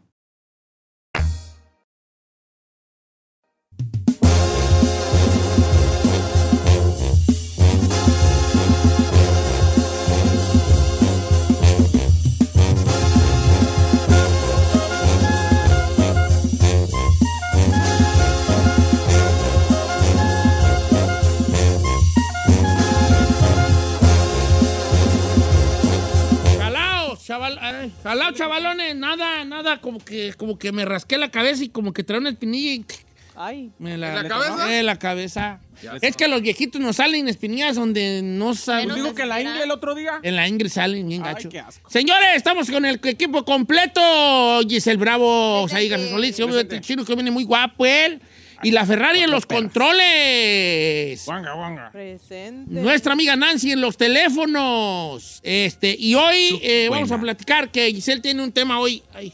Jalao, chaval, ay, jalao, chavalones, nada, nada, como que, como que me rasqué la cabeza y como que trae una espinilla y Ay. me la, ¿En la le- cabeza? eh, la cabeza. Ya Es que los viejitos nos salen espinillas donde no saben. Yo digo que la India el otro día. En la Ingrid salen bien Ay, gacho. qué asco. Señores, estamos con el equipo completo. Giselle Bravo, Saí García Solís, y obviamente el chino que viene muy guapo él. Y la Ferrari en los controles. Presente. Nuestra amiga Nancy en los teléfonos. Este, y hoy eh, vamos a platicar que Giselle tiene un tema hoy. Ay.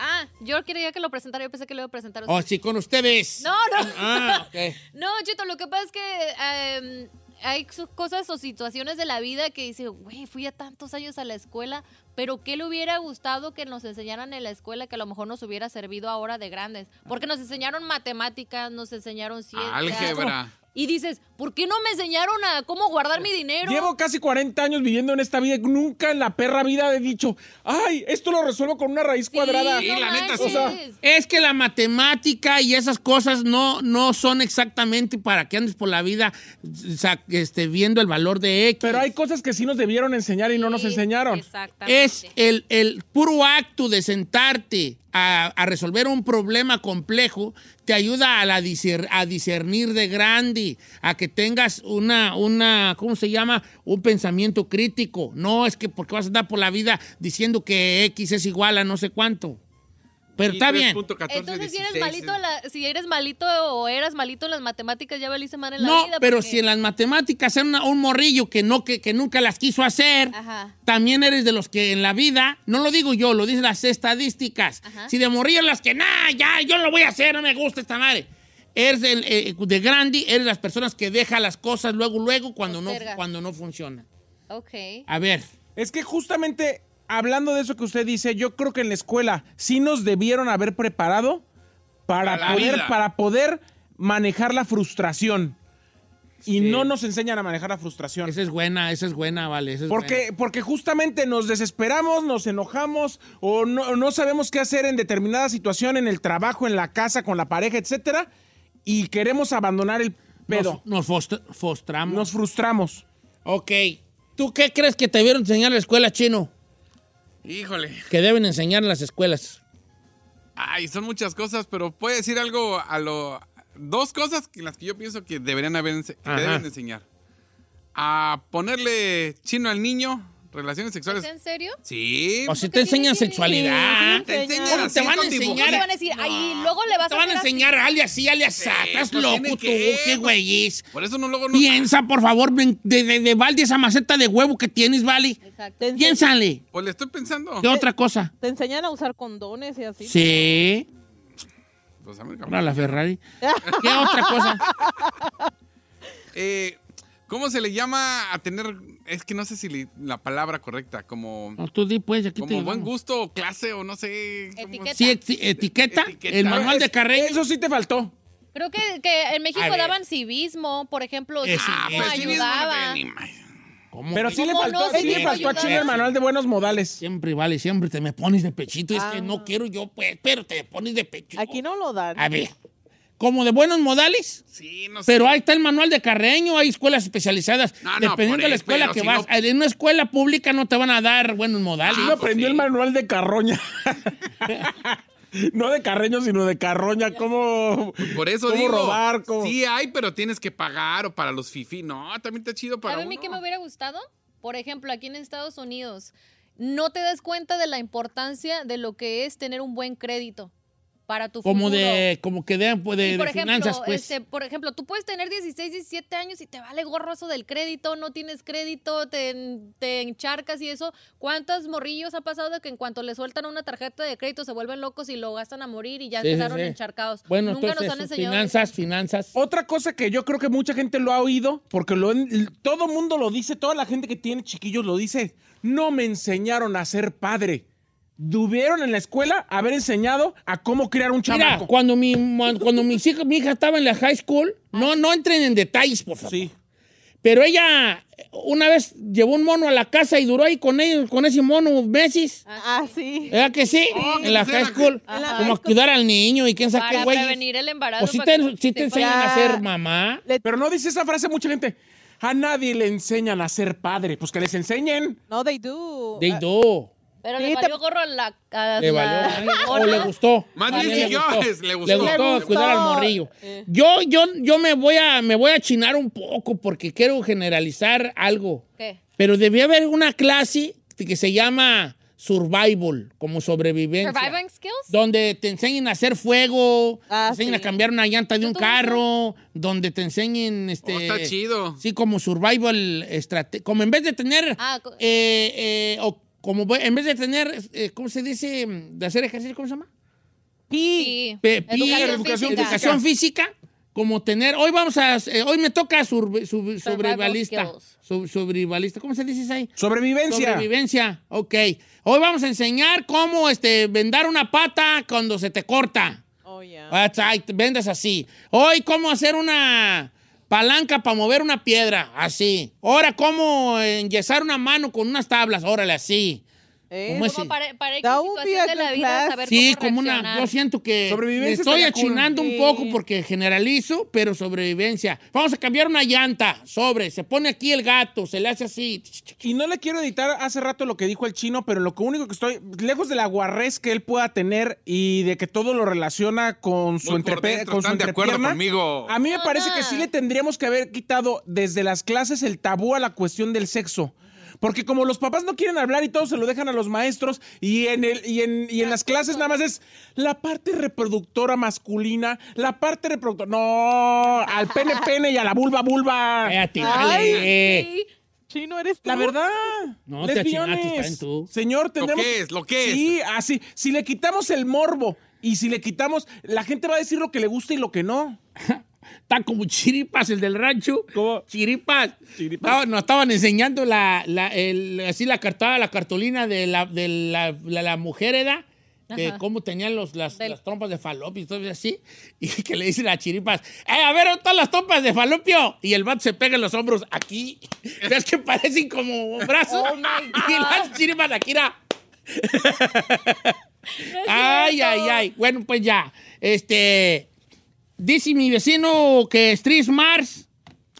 Ah, yo quería que lo presentara, yo pensé que lo iba a presentar. Oh, sí, con ustedes. No, no. Ah, ok. No, Chito, lo que pasa es que em, hay su- cosas o situaciones de la vida que dice, güey, fui a tantos años a la escuela, pero ¿qué le hubiera gustado que nos enseñaran en la escuela que a lo mejor nos hubiera servido ahora de grandes? Porque nos enseñaron matemáticas, nos enseñaron ciencias. Álgebra. Y dices, ¿por qué no me enseñaron a cómo guardar mi dinero? Llevo casi 40 años viviendo en esta vida y nunca en la perra vida he dicho, ay, esto lo resuelvo con una raíz cuadrada. Sí, la neta, O sea, sí. Es que la matemática y esas cosas no, no son exactamente para que andes por la vida sa- este, viendo el valor de X. Pero hay cosas que sí nos debieron enseñar y no nos enseñaron. Exactamente. Es el, el puro acto de sentarte a, a resolver un problema complejo te ayuda a, la discer- a discernir de grande, a que tengas una, una, ¿cómo se llama? Un pensamiento crítico. No es que porque vas a andar por la vida diciendo que X es igual a no sé cuánto. Pero está bien. Entonces, si eres malito, en la- si eres malito o eras malito en las matemáticas, ya valiste mal en la No, vida. pero porque- si en las matemáticas era una- un morrillo que, no, que, que nunca las quiso hacer, Ajá. también eres de los que en la vida, no lo digo yo, lo dicen las estadísticas. Ajá. Si de morrillo las que, nah, ya, yo lo voy a hacer, no me gusta esta madre. Eres el, eh, de grande, eres las personas que deja las cosas luego, luego, cuando, no, Posterga. cuando no funciona. Ok. A ver. Es que justamente hablando de eso que usted dice, yo creo que en la escuela sí nos debieron haber preparado para, Para la poder, vida. para poder manejar la frustración. Y no nos enseñan a manejar la frustración. Esa es buena, esa es buena, vale. esa es Porque, porque justamente nos desesperamos, nos enojamos o no, no sabemos qué hacer en determinada situación, en el trabajo, en la casa, con la pareja, etcétera, y queremos abandonar el pedo. Nos, frustramos. Nos frustramos. Ok. ¿Tú qué crees que te vieron enseñar en la escuela chino? Híjole. Que deben enseñar en las escuelas. Ay, son muchas cosas, pero puedo decir algo a lo. Dos cosas que las que yo pienso que deberían haber ense- que Ajá. deben enseñar. A ponerle chino al niño, relaciones sexuales. ¿Es en serio? Sí. O si te enseñan sexualidad. Sí, te enseñan. ¿Cómo te van a Así con ¿Cómo enseñar? te van a decir? Ahí luego le vas Te a van a hacer así? enseñar, hazle así, hazle así. Estás pues loco tienen tú, que- qué güeyes. Por eso no luego no. Piensa, por favor, ven, de, de, de balde esa maceta de huevo que tienes, Vali. Piénsale. Pues le estoy pensando. ¿Qué otra cosa? Te enseñan a usar condones y así. Ah. Sí. Pues, a ver, cabrón. Ahora la Ferrari. ¿Qué otra cosa? Eh, ¿Cómo se le llama a tener.? Es que no sé si le- la palabra correcta, como. No, tú di, pues, aquí te Como buen ayudamos. gusto o clase o no sé. cómo- Sí, eti- etiqueta, el manual de Carreño. Eso sí te faltó. Creo que, que en México A ver. daban civismo, por ejemplo. Eh, civismo sí, pero civismo no ayudaba. Pero sí le ¿Cómo faltó, no? sí le Sí, faltó a ayudaba. Chino el manual de buenos modales. Siempre, Vale, siempre te me pones de pechito. Es que Ah. no quiero yo, pues, pero te pones de pechito. Aquí no lo dan. A ver, como de buenos modales. Sí, no sé. Pero ahí está el manual de Carreño, hay escuelas especializadas. No, no, Dependiendo por de la ahí, escuela pero que si Ah, vas. En una escuela pública no te van a dar buenos modales. Sí, pues me aprendió el manual de Carroña. no de Carreño, sino de Carroña. ¿Cómo, Por eso cómo digo. robar? cómo- Sí hay, pero tienes que pagar o para los fifi. No, también está chido para ¿Saben a uno. mí qué me hubiera gustado? Por ejemplo, aquí en Estados Unidos. no te das cuenta de la importancia de lo que es tener un buen crédito para tu Como futuro. de, como que de, de- Y, de finanzas, pues. este, por ejemplo, tú puedes tener 16, 17 años y te vale gorro eso del crédito, no tienes crédito, te, en- te encharcas y eso. ¿Cuántos morrillos ha pasado de que en cuanto le sueltan una tarjeta de crédito se vuelven locos y lo gastan a morir y ya Sí, sí, quedaron sí. encharcados? Bueno, Nunca entonces, nos han sus enseñado. finanzas, finanzas. Otra cosa que yo creo que mucha gente lo ha oído, porque lo, han- todo mundo lo dice, toda la gente que tiene chiquillos lo dice, no me enseñaron a ser padre. Tuvieron en la escuela haber enseñado a cómo criar un Mira, chamaco. cuando mi, cuando mis hija- mi hija estaba en la high school, no, no entren en detalles, por favor. Sí. Pero ella una vez llevó un mono a la casa y duró ahí con ellos, con ese mono meses. Ah, sí. ¿Verdad que sí? en la high school. Como a cuidar al niño y quién sabe qué Para güey. prevenir el embarazo. O si para te, que pues sí te sepas- enseñan a ser mamá. Pero no dice esa frase mucha gente. A nadie le enseñan a ser padre. Pues que les enseñen. No, they do. They do. Pero Sí, le te- valió gorro a la... a Le la- valió. O le gustó. Más También bien que yo, es- le gustó. Le gustó Le gustó. cuidar al morrillo. Yo, yo, yo me voy a me voy a chinar un poco porque quiero generalizar algo. ¿Qué? Pero debía haber una clase que se llama survival, como sobrevivencia. Surviving skills. Donde te enseñen a hacer fuego, Ah, te enseñen sí. a cambiar una llanta de un carro, donde te enseñen este. Oh, está chido. Sí, como survival estrate- Como en vez de tener. Ah, eh, eh, o como ve- en vez de tener, eh, ¿cómo se dice? De hacer ejercicio, ¿cómo se llama? Sí. Pe- pi- Educación física. educación física, como tener, hoy vamos a, eh, hoy me toca sur- sub- sobrevivalista, Sub- sobrevivalista, ¿cómo se dice eso ahí? Sobrevivencia. Sobrevivencia, ok. Hoy vamos a enseñar cómo este, vendar una pata cuando se te corta. Oh, yeah. That's right, vendas así. Hoy cómo hacer una palanca para mover una piedra, así. Ahora cómo enyesar una mano con unas tablas, órale, así. ¿Cómo es? Como para, para X That would be situación a de la good vida, class. saber Sí, cómo como una. reaccionar. Yo siento que me Sobrevivencia estoy estaría cool. achinando Sí. un poco porque generalizo, pero sobrevivencia. Vamos a cambiar una llanta. Sobre. Se pone aquí el gato. Se le hace así. Y no le quiero editar hace rato lo que dijo el chino, pero lo que único que estoy, lejos de la guarrez que él pueda tener y de que todo lo relaciona con su, Voy por entrepe- dentro, con su ¿están de acuerdo entrepierna, conmigo? A mí me parece que sí le tendríamos que haber quitado desde las clases el tabú a la cuestión del sexo. Porque como los papás no quieren hablar y todo se lo dejan a los maestros y en, el, y en, y en las clases nada más es la parte reproductora masculina, la parte reproductora... No, al pene pene y a la vulva vulva. Cállate, vale. Chino, eres tú. La verdad. No, te Lesbiones. achinaste, está en tú. Señor, tendremos... que es, lo que es. Sí, así. Si le quitamos el morbo y si le quitamos... La gente va a decir lo que le gusta y lo que no. Está como chiripas el del rancho. Chiripas. Estaba- nos estaban enseñando la, la- el- así la cartada, la cartulina de la, de la, la- la mujer edad. De Ajá. cómo tenían los, las, las trompas de falopio y todo así. Y que le dicen a Chiripas, "Eh, a ver, ¿dónde están las trompas de falopio? Y el vato se pega en los hombros aquí. ¿Ves que parecen como brazos? Oh y las Chiripas aquí era... Ay, ay, ay. Bueno, pues ya. Este. Dice mi vecino que Street Mars,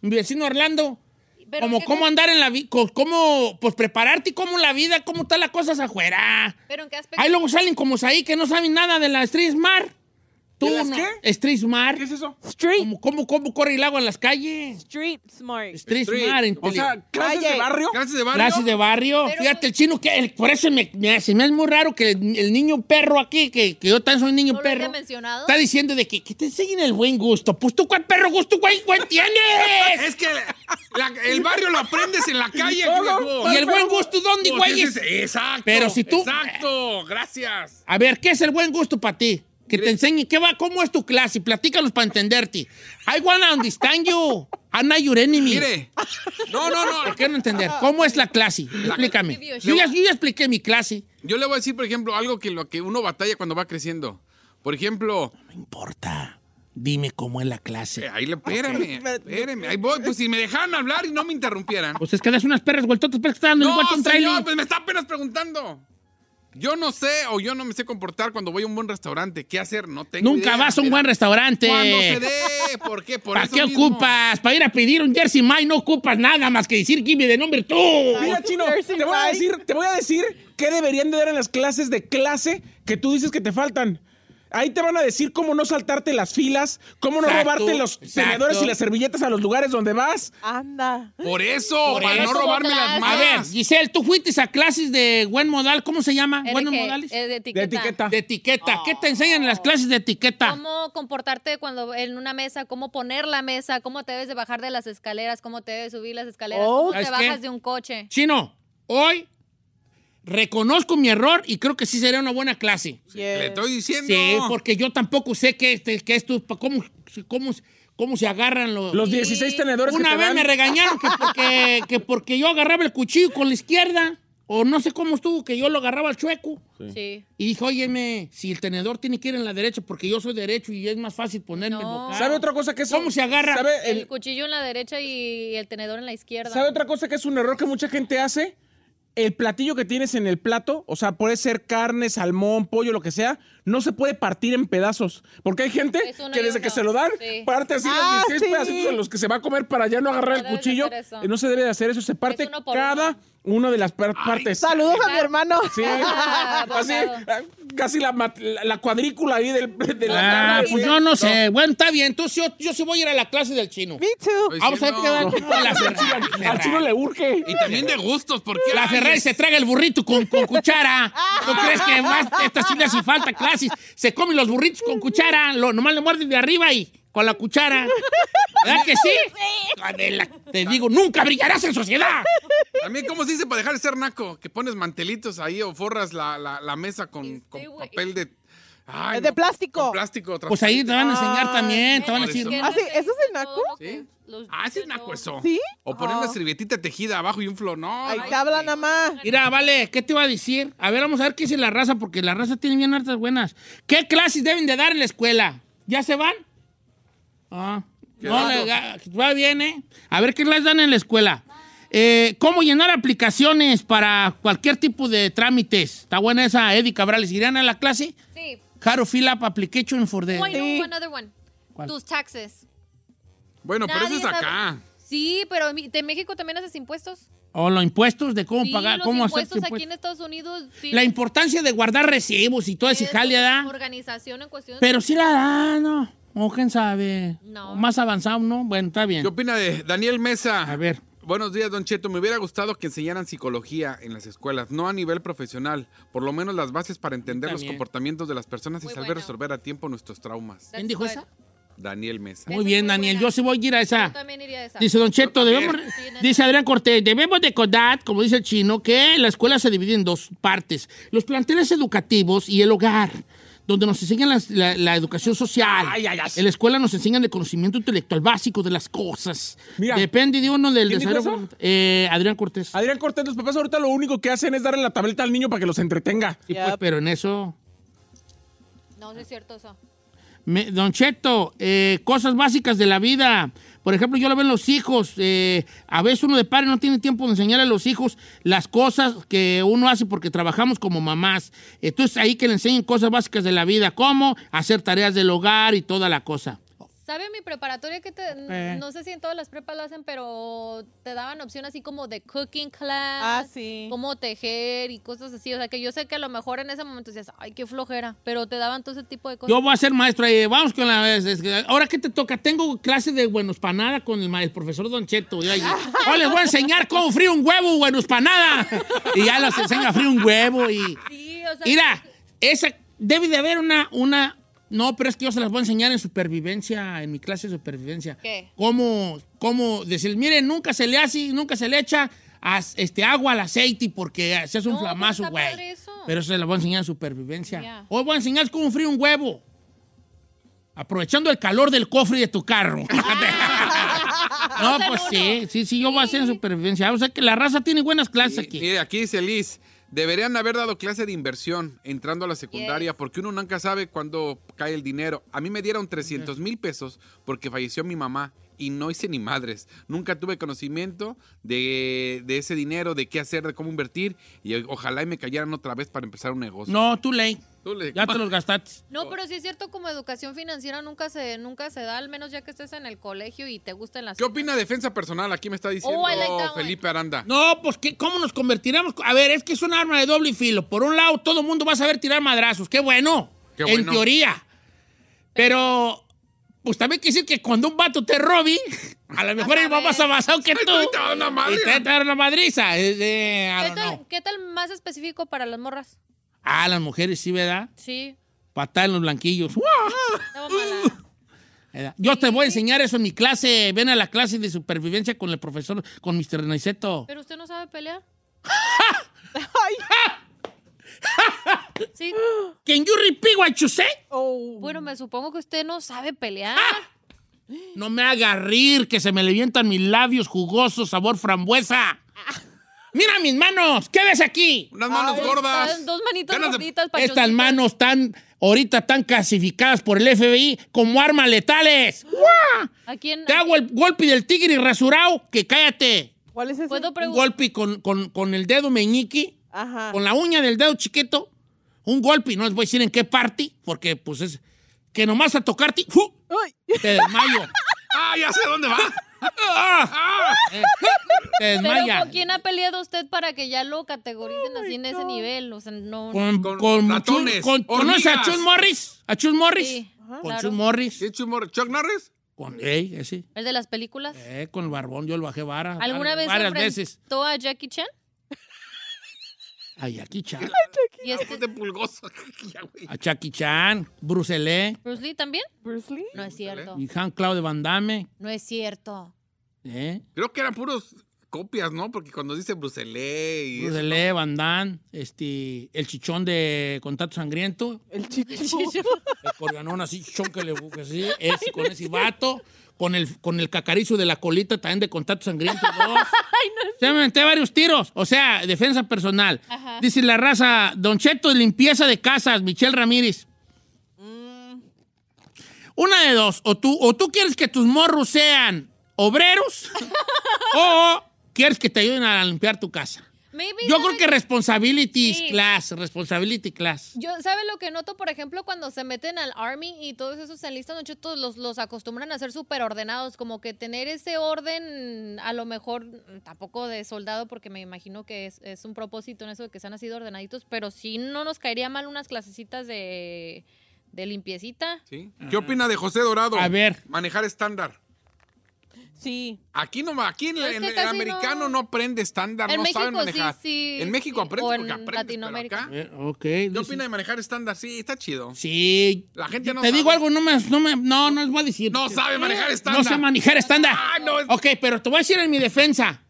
mi vecino Orlando. Pero Como ¿qué cómo cosa? andar en la vida, cómo, pues prepararte, y cómo la vida, cómo están las cosas afuera. Pero en qué aspecto. Ahí luego salen como ahí que no saben nada de la Street Smart. ¿Tú las no- qué? Street Smart. ¿Qué es eso? Street. ¿Cómo, cómo, cómo corre el agua en las calles? Street smart. Street, Smart. O sea, clases de Calle. barrio. Clases de barrio. Clases de barrio. Fíjate, el chino, que el- por eso me, me, se me hace muy raro que el, el niño perro aquí, que, que yo tan soy niño ¿No lo perro. había mencionado? Está diciendo de que, que te enseñen el buen gusto. Pues tú, ¿cuál perro gusto, güey, güey tienes? Es que la- el barrio lo aprendes en la calle, viejo. ¿Y el buen gusto dónde, Pues güey? ese es- exacto. Pero si tú. Exacto, Oh, gracias. A ver, ¿qué es el buen gusto para ti? Que te enseñe qué va, cómo es tu clase. Platícanos para entenderte. I wanna understand you. Ana your enemy. Mire. No, no, no. Te quiero entender. ¿Cómo es la clase? Explícame. Yo ya, yo ya expliqué mi clase. Yo le voy a decir, por ejemplo, algo que lo que uno batalla cuando va creciendo. Por ejemplo, Dime cómo es la clase. Eh, ahí le espérame, espérame. Ahí voy, pues si me dejaran hablar y no me interrumpieran. Pues es que das unas perras vueltotas, pero que está dando No, vuelta un señor, trailer. pues me está apenas preguntando. Yo no sé o yo no me sé comportar cuando voy a un buen restaurante. ¿Qué hacer? No tengo Nunca idea. vas a un Mira, buen restaurante. Cuando se dé, ¿por qué? Por ¿Para eso qué mismo. ocupas? Para ir a pedir un jersey Mike no ocupas nada más que decir give me the number tú. Mira, chino, te voy, a decir, te voy a decir qué deberían de dar en las clases de clase que tú dices que te faltan. Ahí te van a decir cómo no saltarte las filas, cómo no Exacto, robarte los exacto. tenedores y las servilletas a los lugares donde vas. Anda. Por eso, Por para eso, no robarme las A ver, manos. Giselle, tú fuiste a clases de buen modal, ¿cómo se llama? ¿Es de ¿Buenos qué? modales? Es de etiqueta. De etiqueta. ¿Qué Oh. te enseñan en las clases de etiqueta? Cómo comportarte cuando en una mesa, cómo poner la mesa, cómo te debes de bajar de las escaleras, cómo te debes subir las escaleras, Oh. cómo te ¿Sabes qué? bajas de un coche. Chino, hoy reconozco mi error y creo que sí sería una buena clase. Le estoy diciendo. Sí, porque yo tampoco sé qué este, qué esto, pa- cómo, cómo, cómo se agarran los... Los 16 tenedores que Una te vez dan. me regañaron que porque, que porque yo agarraba el cuchillo con la izquierda, o no sé cómo estuvo, que yo lo agarraba al chueco. Sí. Y dije, óyeme, si el tenedor tiene que ir en la derecha, porque yo soy derecho y es más fácil ponerme No. el bocado. ¿Sabe otra cosa que es? ¿Cómo se agarra? ¿Sabe, El, el- cuchillo en la derecha y el tenedor en la izquierda. ¿Sabe otra cosa que es un error que mucha gente hace? El platillo que tienes en el plato, o sea, puede ser carne, salmón, pollo, lo que sea, no se puede partir en pedazos. Porque hay gente Es uno que y desde que uno, se lo dan, sí. parte así Ah, los 16 sí. pedacitos de los que se va a comer para ya no agarrar No el debes de cuchillo. hacer eso. Eh, No se debe de hacer eso, se parte uno por cada una de las par- partes. Saludos a mi hermano. Sí. Ah, Así, abogado. casi la, mat- Pues la- la cuadrícula ahí del, de la Ah, carne, pues sí. yo no sé. Bueno, está bien. Entonces yo, yo sí voy a ir a la clase del chino. Me too. Estoy Vamos a ver qué diciendo. da la Ferrari. Al chino le urge. Y también de gustos, porque. La ay, Ferrari es- se traga el burrito con, con cuchara. ¿Tú crees que más esta sí le hace falta clases? Se comen los burritos con cuchara. Lo, nomás le muerden de arriba y con la cuchara. ¿Verdad que sí? Adela, te digo, nunca brillarás en sociedad. También, ¿cómo se dice para dejar de ser naco? Que pones mantelitos ahí o forras la, la- la mesa con, con güey. papel de. Ay, Es de no, plástico. con plástico. Pues ahí te van a enseñar Ay, también. Te van a decir. Que Ah, sí, enseñen ¿eso es el naco? todo lo que Sí. los- Ah, ese es que naco no- eso. ¿Sí? O poner una Ah. servilletita tejida abajo y un flor. No, Ahí no, te habla nada más. Ah. Mira, vale, ¿qué te iba a decir? A ver, vamos a ver qué dice la raza, porque la raza tiene bien hartas buenas. ¿Qué clases deben de dar en la escuela? ¿Ya se van? Ah, Qué no, raro. la- va bien, ¿eh? A ver, ¿qué clases dan en la escuela? Eh, ¿Cómo llenar aplicaciones para cualquier tipo de trámites? Está buena esa, Eddie Cabrales. ¿Irán a la clase? Sí. Caro fill up application for the... Bueno, Sí. another one. ¿Cuál? Tus taxes. Bueno, pero eso Nadie es sabe. acá. Sí, pero en mi- de México también haces impuestos. O los impuestos, de cómo Sí, pagar, los cómo hacer impuestos aquí en impuestos. Estados Unidos. sí, La importancia de guardar recibos y toda esa es jalea, ¿da? Organización en cuestión. Pero sí la dan, ¿no? O quién sabe. No. O Más avanzado, ¿no? Bueno, está bien. ¿Qué opina de Daniel Mesa? A ver. Buenos días, Don Cheto. Me hubiera gustado que enseñaran psicología en las escuelas, no a nivel profesional, por lo menos las bases para entender los También. comportamientos de las personas y Muy saber bueno. resolver a tiempo nuestros traumas. ¿Quién dijo That's esa? Daniel Mesa. Muy es bien, muy Daniel. buena. Yo sí voy a ir a Yo esa. también iría a esa. Dice Don Cheto, debemos, Sí, neta. dice Adrián Cortés, debemos recordar, como dice el chino, que la escuela se divide en dos partes, los planteles educativos y el hogar, donde nos enseñan las- la, la educación social. Ay, ay, ay. En la escuela nos enseñan el conocimiento intelectual básico de las cosas. Mira. Depende de uno del ¿Quién dijo desarrollo. eso? Eh, Adrián Cortés. Adrián Cortés, los papás ahorita lo único que hacen es darle la tableta al niño para que los entretenga. Sí, pues, Yep. pero en eso... No, no es cierto eso. Me- don Cheto, eh, cosas básicas de la vida. Por ejemplo, yo lo veo en los hijos. eh, a veces uno de padre no tiene tiempo de enseñar a los hijos las cosas que uno hace porque trabajamos como mamás. Entonces, ahí que le enseñen cosas básicas de la vida, como hacer tareas del hogar y toda la cosa. ¿Sabe mi preparatoria que te, n- no sé si en todas las prepas lo hacen, pero te daban opción así como de cooking class, Ah, sí. cómo tejer y cosas así, o sea, que yo sé que a lo mejor en ese momento decías, "Ay, qué flojera", pero te daban todo ese tipo de cosas. Yo voy a ser maestro ahí. Vamos con la vez. es que- Ahora, ¿qué te toca? Tengo clase de buenos panada con el, ma- el profesor Don Cheto. Yo ahí- Hoy les voy a enseñar cómo frío un huevo, buenos panada. Y ya los enseña a frío un huevo y... Sí, o sea, Mira, esa debe de haber una, una. No, pero es que yo se las voy a enseñar en supervivencia, en mi clase de supervivencia. ¿Qué? Cómo, cómo decir, miren, nunca se le hace, nunca se le echa as- este, agua al aceite porque se hace un No, pero flamazo, está güey. padre eso. Pero eso se las voy a enseñar en supervivencia. Ya. Hoy voy a enseñar cómo frío un huevo. Aprovechando el calor del cofre de tu carro. Ah. no, Vamos en pues uno. sí, sí, sí, yo voy a hacer en supervivencia. O sea que la raza tiene buenas clases aquí. Mire, aquí dice Liz, deberían haber dado clase de inversión entrando a la secundaria porque uno nunca sabe cuándo cae el dinero. A mí me dieron 300 mil pesos porque falleció mi mamá y no hice ni madres. Nunca tuve conocimiento de, de ese dinero, de qué hacer, de cómo invertir y ojalá y me cayeran otra vez para empezar un negocio. No, tú ley. Tú le- Ya te los gastaste. No, pero sí es cierto como educación financiera nunca se nunca se da, al menos ya que estés en el colegio y te gusten las ¿Qué opina de defensa personal? Aquí me está diciendo Oh, I like that one. Felipe Aranda. No, pues ¿qué? ¿cómo nos convertiremos? A ver, es que es un arma de doble filo. Por un lado, todo el mundo va a saber tirar madrazos. ¡Qué bueno! Qué en bueno. teoría. Pero, pues también quiere decir que cuando un vato te robe, a lo mejor él va más avanzado que tú. Y te va a dar una madriza. Es de- I ¿Qué don't know. tal, qué tal más específico para las morras? Ah, las mujeres sí, ¿verdad? Sí. Patada en los blanquillos. Estaba mala. ¿verdad? Yo te voy a enseñar eso en mi clase. Ven a la clase de supervivencia con el profesor, con Mr. Niceto. ¿Pero usted no sabe pelear? ¿Sí? ¿Can you repeat what you say? Bueno, me supongo que usted no sabe pelear. ¡Ah! No me haga rir, que se me levientan mis labios jugosos, sabor frambuesa. ¡Mira mis manos! ¿Qué ves aquí? Unas Ay, están Ah, Dos manitas gorditas, Estas pachoncitas. manos tan, ahorita tan clasificadas por el FBI como armas letales. ¡Guau! ¿A quién? Te hago el golpe del tigre rasurado, que cállate. ¿Cuál es ese? ¿Puedo Un preguntar? golpe con, con- con el dedo meñique, Ah. Ajá. con la uña del dedo chiquito. Un golpe, y no les voy a decir en qué parte, porque pues es que nomás a tocarte, ¡fu! Uy. te desmayo. ¡Ah, ya sé dónde va! ¡Ah! Eh, Te Pero desmaya. ¿con quién ha peleado usted para que ya lo categoricen así en ese nivel? O sea, no. Con, Con con, ratones, Chun- con- ¿Conoces a hormigas. Chun Morris? ¿A Chun Morris? Sí, Ajá. Con claro. Chun Morris. ¿Qué chumor? ¿Chuck Norris? Con, ey, ese. ¿El de las películas? Eh, con el barbón yo lo bajé vara. ¿Alguna var- vez Varias enfrentó veces. a Jackie Chan? Ay, aquí Chan. ¿Y este De pulgoso. Ya, güey. A Chucky Chan, Bruce Lee Bruce Lee también? Bruce Lee. No es cierto. y Jean-Claude Van Damme. No es cierto. Eh. Creo que eran puros copias, ¿no? Porque cuando dice Bruselé y... Bruce Lee, Van Damme, este, el chichón de Contacto Sangriento, El chicho. el coreanón así, chichón que le busca así, ese, con ese vato, con el, con el cacarizo de la colita también de Contacto Sangriento dos. Se me metí varios tiros, o sea, defensa personal. Ajá. Dice la raza, Don Cheto, limpieza de casas, Michelle Ramírez. Mm. Una de dos, o tú, o tú quieres que tus morros sean obreros o quieres que te ayuden a limpiar tu casa. Maybe Yo ¿sabe? creo que responsibilities Sí. class, responsibility class. Yo, ¿sabe lo que noto, por ejemplo, cuando se meten al Army y todos esos se enlistan, noche todos los, los acostumbran a ser súper ordenados, como que tener ese orden, a lo mejor mm, tampoco de soldado, porque me imagino que es, es un propósito en eso de que sean así de ordenaditos, pero sí no nos caería mal unas clasecitas de, de limpiecita. ¿Sí? ¿Qué opina de José Dorado? A ver. Manejar estándar. Sí. Aquí no, aquí en, No, es en que el casi americano no, no. aprende estándar, En no México saben manejar. sí, sí, en México sí, aprendes o porque en aprendes, Latinoamérica. pero acá- Eh, ok. ¿Qué dice- opina de manejar estándar? Sí, está chido. Sí. La gente no Te digo sabe. algo, no me, no me, no, no les voy a decir. No sabe manejar estándar. No sé manejar estándar. Ah, no, es- Ok, pero te voy a decir en mi defensa.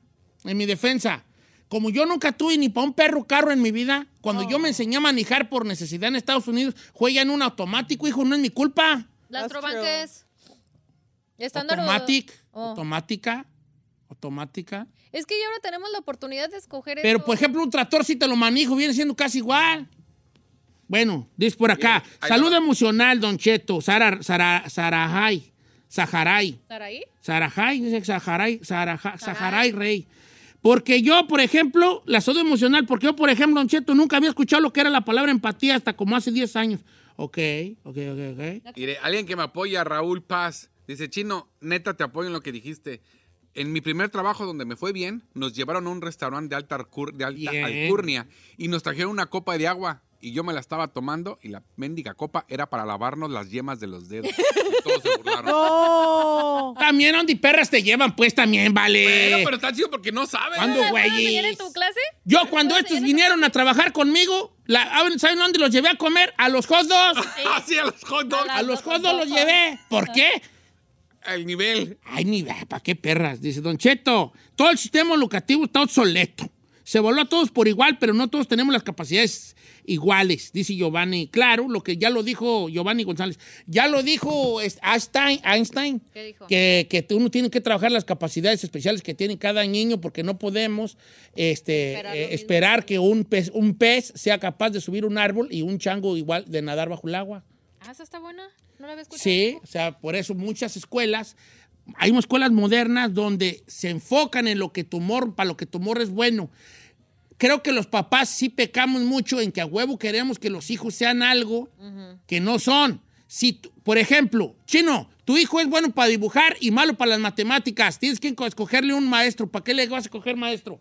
En mi defensa. Como yo nunca tuve ni para un perro carro en mi vida, cuando yo me enseñé a manejar por necesidad en Estados Unidos, juega en un automático, hijo, no es mi culpa. Las That's trobanques. Estándar. o- Automatic. Oh. Automática. Automática. Es que ya ahora tenemos la oportunidad de escoger Pero, eso. por ejemplo, un tractor, si te lo manejo, viene siendo casi igual. Bueno, dice por acá. Bien, ahí Salud va. emocional, Don Cheto. Sara, Sara, Sarajay. Saharay. ¿Estar ahí? Sarajay, dice Saharay, Saraja- Saharay Rey. Porque yo, por ejemplo, la salud emocional, porque yo, por ejemplo, Don Cheto, nunca había escuchado lo que era la palabra empatía hasta como hace 10 años. Ok, ok, ok, ok. Mire, alguien que me apoya, Raúl Paz, dice, Chino, neta, te apoyo en lo que dijiste. En mi primer trabajo donde me fue bien, nos llevaron a un restaurante de alta, alcur- de alta Bien. alcurnia y nos trajeron una copa de agua y yo me la estaba tomando y la mendiga copa era para lavarnos las yemas de los dedos. Y Todos se burlaron. No. También, donde perras te llevan, pues también, vale. Bueno, pero está chido porque no sabe. ¿Cuándo, ¿Te acuerdas de ayer en güeyes? tu clase? Yo cuando Pues, estos eres- vinieron a trabajar conmigo, la- ah, ¿saben dónde los llevé a comer? A los hot dogs. Así a los hot dogs. A los hot dogs los llevé. ¿Por qué? El nivel. Ay, ni ¿para qué perras? Dice Don Cheto, todo el sistema educativo está obsoleto. Se voló a todos por igual, pero no todos tenemos las capacidades iguales, dice Giovanni. Claro, lo que ya lo dijo Giovanni González. Ya lo dijo es- Einstein, Einstein ¿Qué dijo? que, que uno tiene que trabajar las capacidades especiales que tiene cada niño porque no podemos este, Esperar lo eh, mismo. esperar que un pez, un pez sea capaz de subir un árbol y un chango igual de nadar bajo el agua. Ah, esa está buena. No la había escuchado. Sí, o sea, por eso muchas escuelas, hay unas escuelas modernas donde se enfocan en lo que tu morro, para lo que tu morro es bueno. Creo que los papás sí pecamos mucho en que a huevo queremos que los hijos sean algo que no son. Si, tú- por ejemplo, chino, tu hijo es bueno para dibujar y malo para las matemáticas, tienes que escogerle un maestro. ¿Para qué le vas a escoger maestro?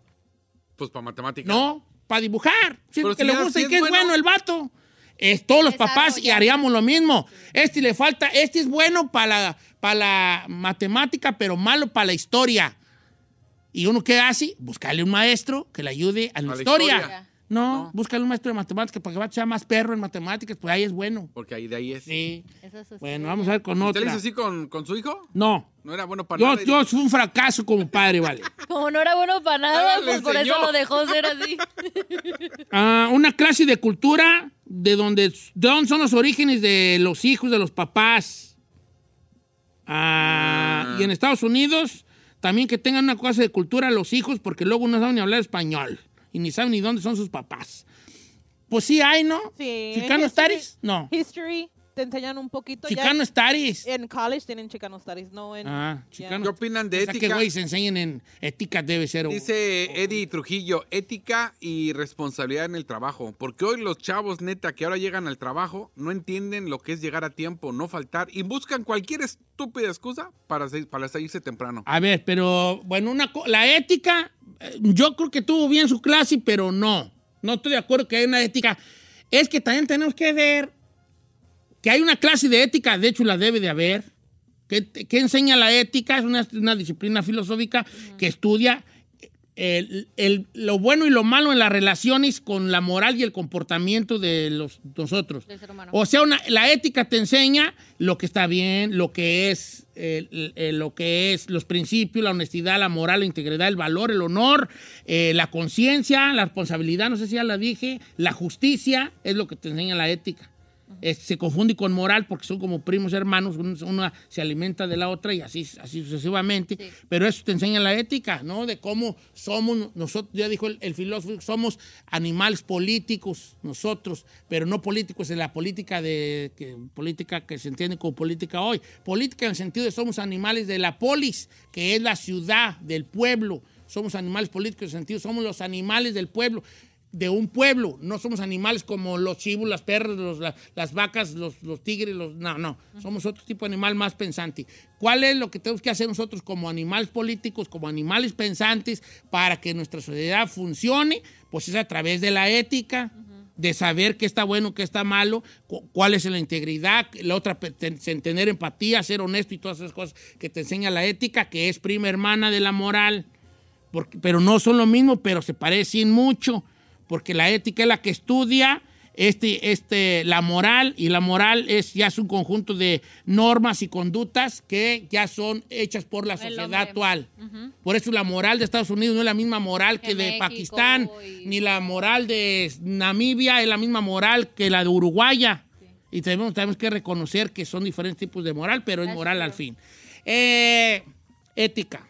Pues para matemáticas. No, para dibujar. Sí, Pero que si le ya- gusta si y es que es bueno. bueno el vato. Es todos los papás y haríamos lo mismo. Este le falta, este es bueno para la, para la matemática, pero malo para la historia. ¿Y uno qué hace? Buscarle un maestro que le ayude a la, la historia. e historia. No, búscale un maestro de matemáticas para que el vato sea más perro en matemáticas, pues ahí es bueno. Porque ahí de ahí es. Sí. Bueno, vamos a ver con ¿Usted le otra. hizo así con, con su hijo? No. No era bueno para Yo, nada. yo fui un fracaso como padre, vale. Como no era bueno para nada, Nada le pues por eso enseñó. lo dejó ser así. Ah, una clase de cultura de donde, de dónde son los orígenes de los hijos de los papás. Ah, Y en Estados Unidos también que tengan una clase de cultura los hijos porque luego no saben ni hablar español y ni saben ni dónde son sus papás. Pues sí hay, ¿no? Sí. ¿Chicano history- Studies? No. History, te enseñan un poquito. ya. Chicano Studies. En college tienen Chicano Studies, no en... Ah, chicano. ¿Qué opinan de O sea, que, ética? güey, se enseñen en ética debe ser. un- Dice Eddie Trujillo, ética y responsabilidad en el trabajo. Porque hoy los chavos, neta, que ahora llegan al trabajo, no entienden lo que es llegar a tiempo, no faltar, y buscan cualquier estúpida excusa para, se- para salirse temprano. A ver, pero bueno, una co- la ética, eh, yo creo que tuvo bien su clase, pero no. No estoy de acuerdo que hay una ética. Es que también tenemos que ver que hay una clase de ética, de hecho la debe de haber, que, que enseña la ética, es una, una disciplina filosófica que estudia el- el- lo bueno y lo malo en las relaciones con la moral y el comportamiento de los, nosotros. O sea, una- la ética te enseña lo que está bien, lo que es, el- el- lo que es los principios, la honestidad, la moral, la integridad, el valor, el honor, eh, la conciencia, la responsabilidad, no sé si ya la dije, la justicia es lo que te enseña la ética. Eh, se confunde con moral porque son como primos hermanos, un- una se alimenta de la otra y así, así sucesivamente. Pero eso te enseña la ética, ¿no? De cómo somos nosotros, ya dijo el, el filósofo, somos animales políticos nosotros, pero no políticos en la política de que, política que se entiende como política hoy. Política en el sentido de somos animales de la polis, que es la ciudad, del pueblo. Somos animales políticos en el sentido, somos los animales del pueblo de un pueblo. No somos animales como los chivos, las perras, los- la- las vacas, los, los tigres, los, no, no. Somos otro tipo de animal más pensante. ¿Cuál es lo que tenemos que hacer nosotros como animales políticos, como animales pensantes, para que nuestra sociedad funcione? Pues es a través de la ética. De saber qué está bueno, qué está malo, cu- cuál es la integridad, la otra, pe- ten- sen- tener empatía, ser honesto y todas esas cosas que te enseña la ética, que es prima hermana de la moral. Porque- pero no son lo mismo, pero se parecen mucho, porque la ética es la que estudia este, este, la moral, y la moral es ya es un conjunto de normas y conductas que ya son hechas por la sociedad actual. Por eso la moral de Estados Unidos no es la misma moral que Que de México Pakistán, ni la moral de Namibia es la misma moral que la de Uruguaya. Y tenemos, tenemos que reconocer que son diferentes tipos de moral, pero es Así moral es. al fin. Eh, ética.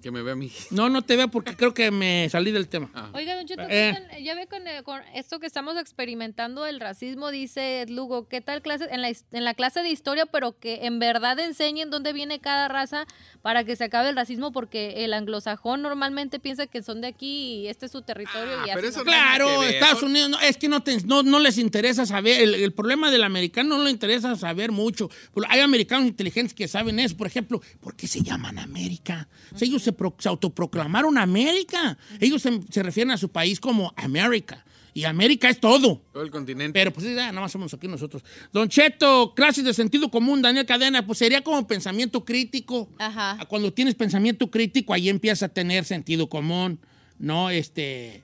Que me vea a mí. Ah. No, no te veo porque creo que me salí del tema. Oiga, don Cheto, Eh. ¿qué tal? ya ve con, eh, con esto que estamos experimentando el racismo, dice Lugo, ¿qué tal clase en la, his- en la clase de historia, pero que en verdad enseñen dónde viene cada raza para que se acabe el racismo? Porque el anglosajón normalmente piensa que son de aquí y este es su territorio y así. Ah, pero eso no- no- tiene Claro, que ver. Estados Unidos, no, es que no, te- no, no les interesa saber, el, el problema del americano no le interesa saber mucho. Pero Hay americanos inteligentes que saben eso, por ejemplo, ¿por qué se llaman América? O sea, ellos se, pro- se autoproclamaron América, ellos se, se refieren a su país como América, y América es todo. Todo el continente. Pero pues ya, nada más somos aquí nosotros. Don Cheto, clases de sentido común, Daniel Cadena, pues sería como pensamiento crítico. Ah, Ajá. Cuando tienes pensamiento crítico, ahí empieza a tener sentido común, ¿no? Este,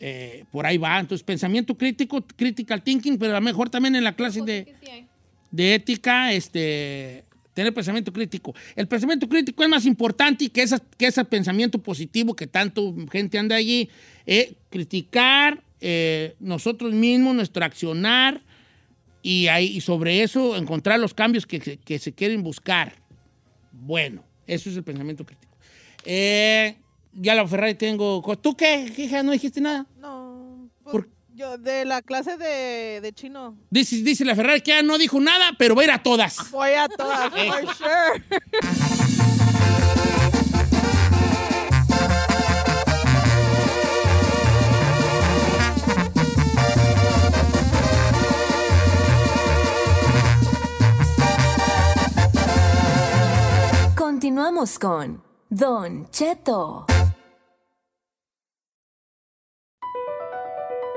eh, por ahí va. Entonces, pensamiento crítico, critical thinking, pero a lo mejor también en la clase de, de ética, este, tener pensamiento crítico. El pensamiento crítico es más importante que, esas, que ese pensamiento positivo que tanto gente anda allí. eh, criticar eh, nosotros mismos, nuestro accionar y, ahí, y sobre eso encontrar los cambios que, se- que se quieren buscar. Bueno, eso es el pensamiento crítico. Eh, ya la Ferrari tengo... ¿Tú qué, hija? ¿No dijiste nada? No, pues, yo de la clase de, de chino. Dice, dice la Ferrari que ya no dijo nada, pero va a ir a todas. Voy a todas, for sure. Continuamos con Don Cheto.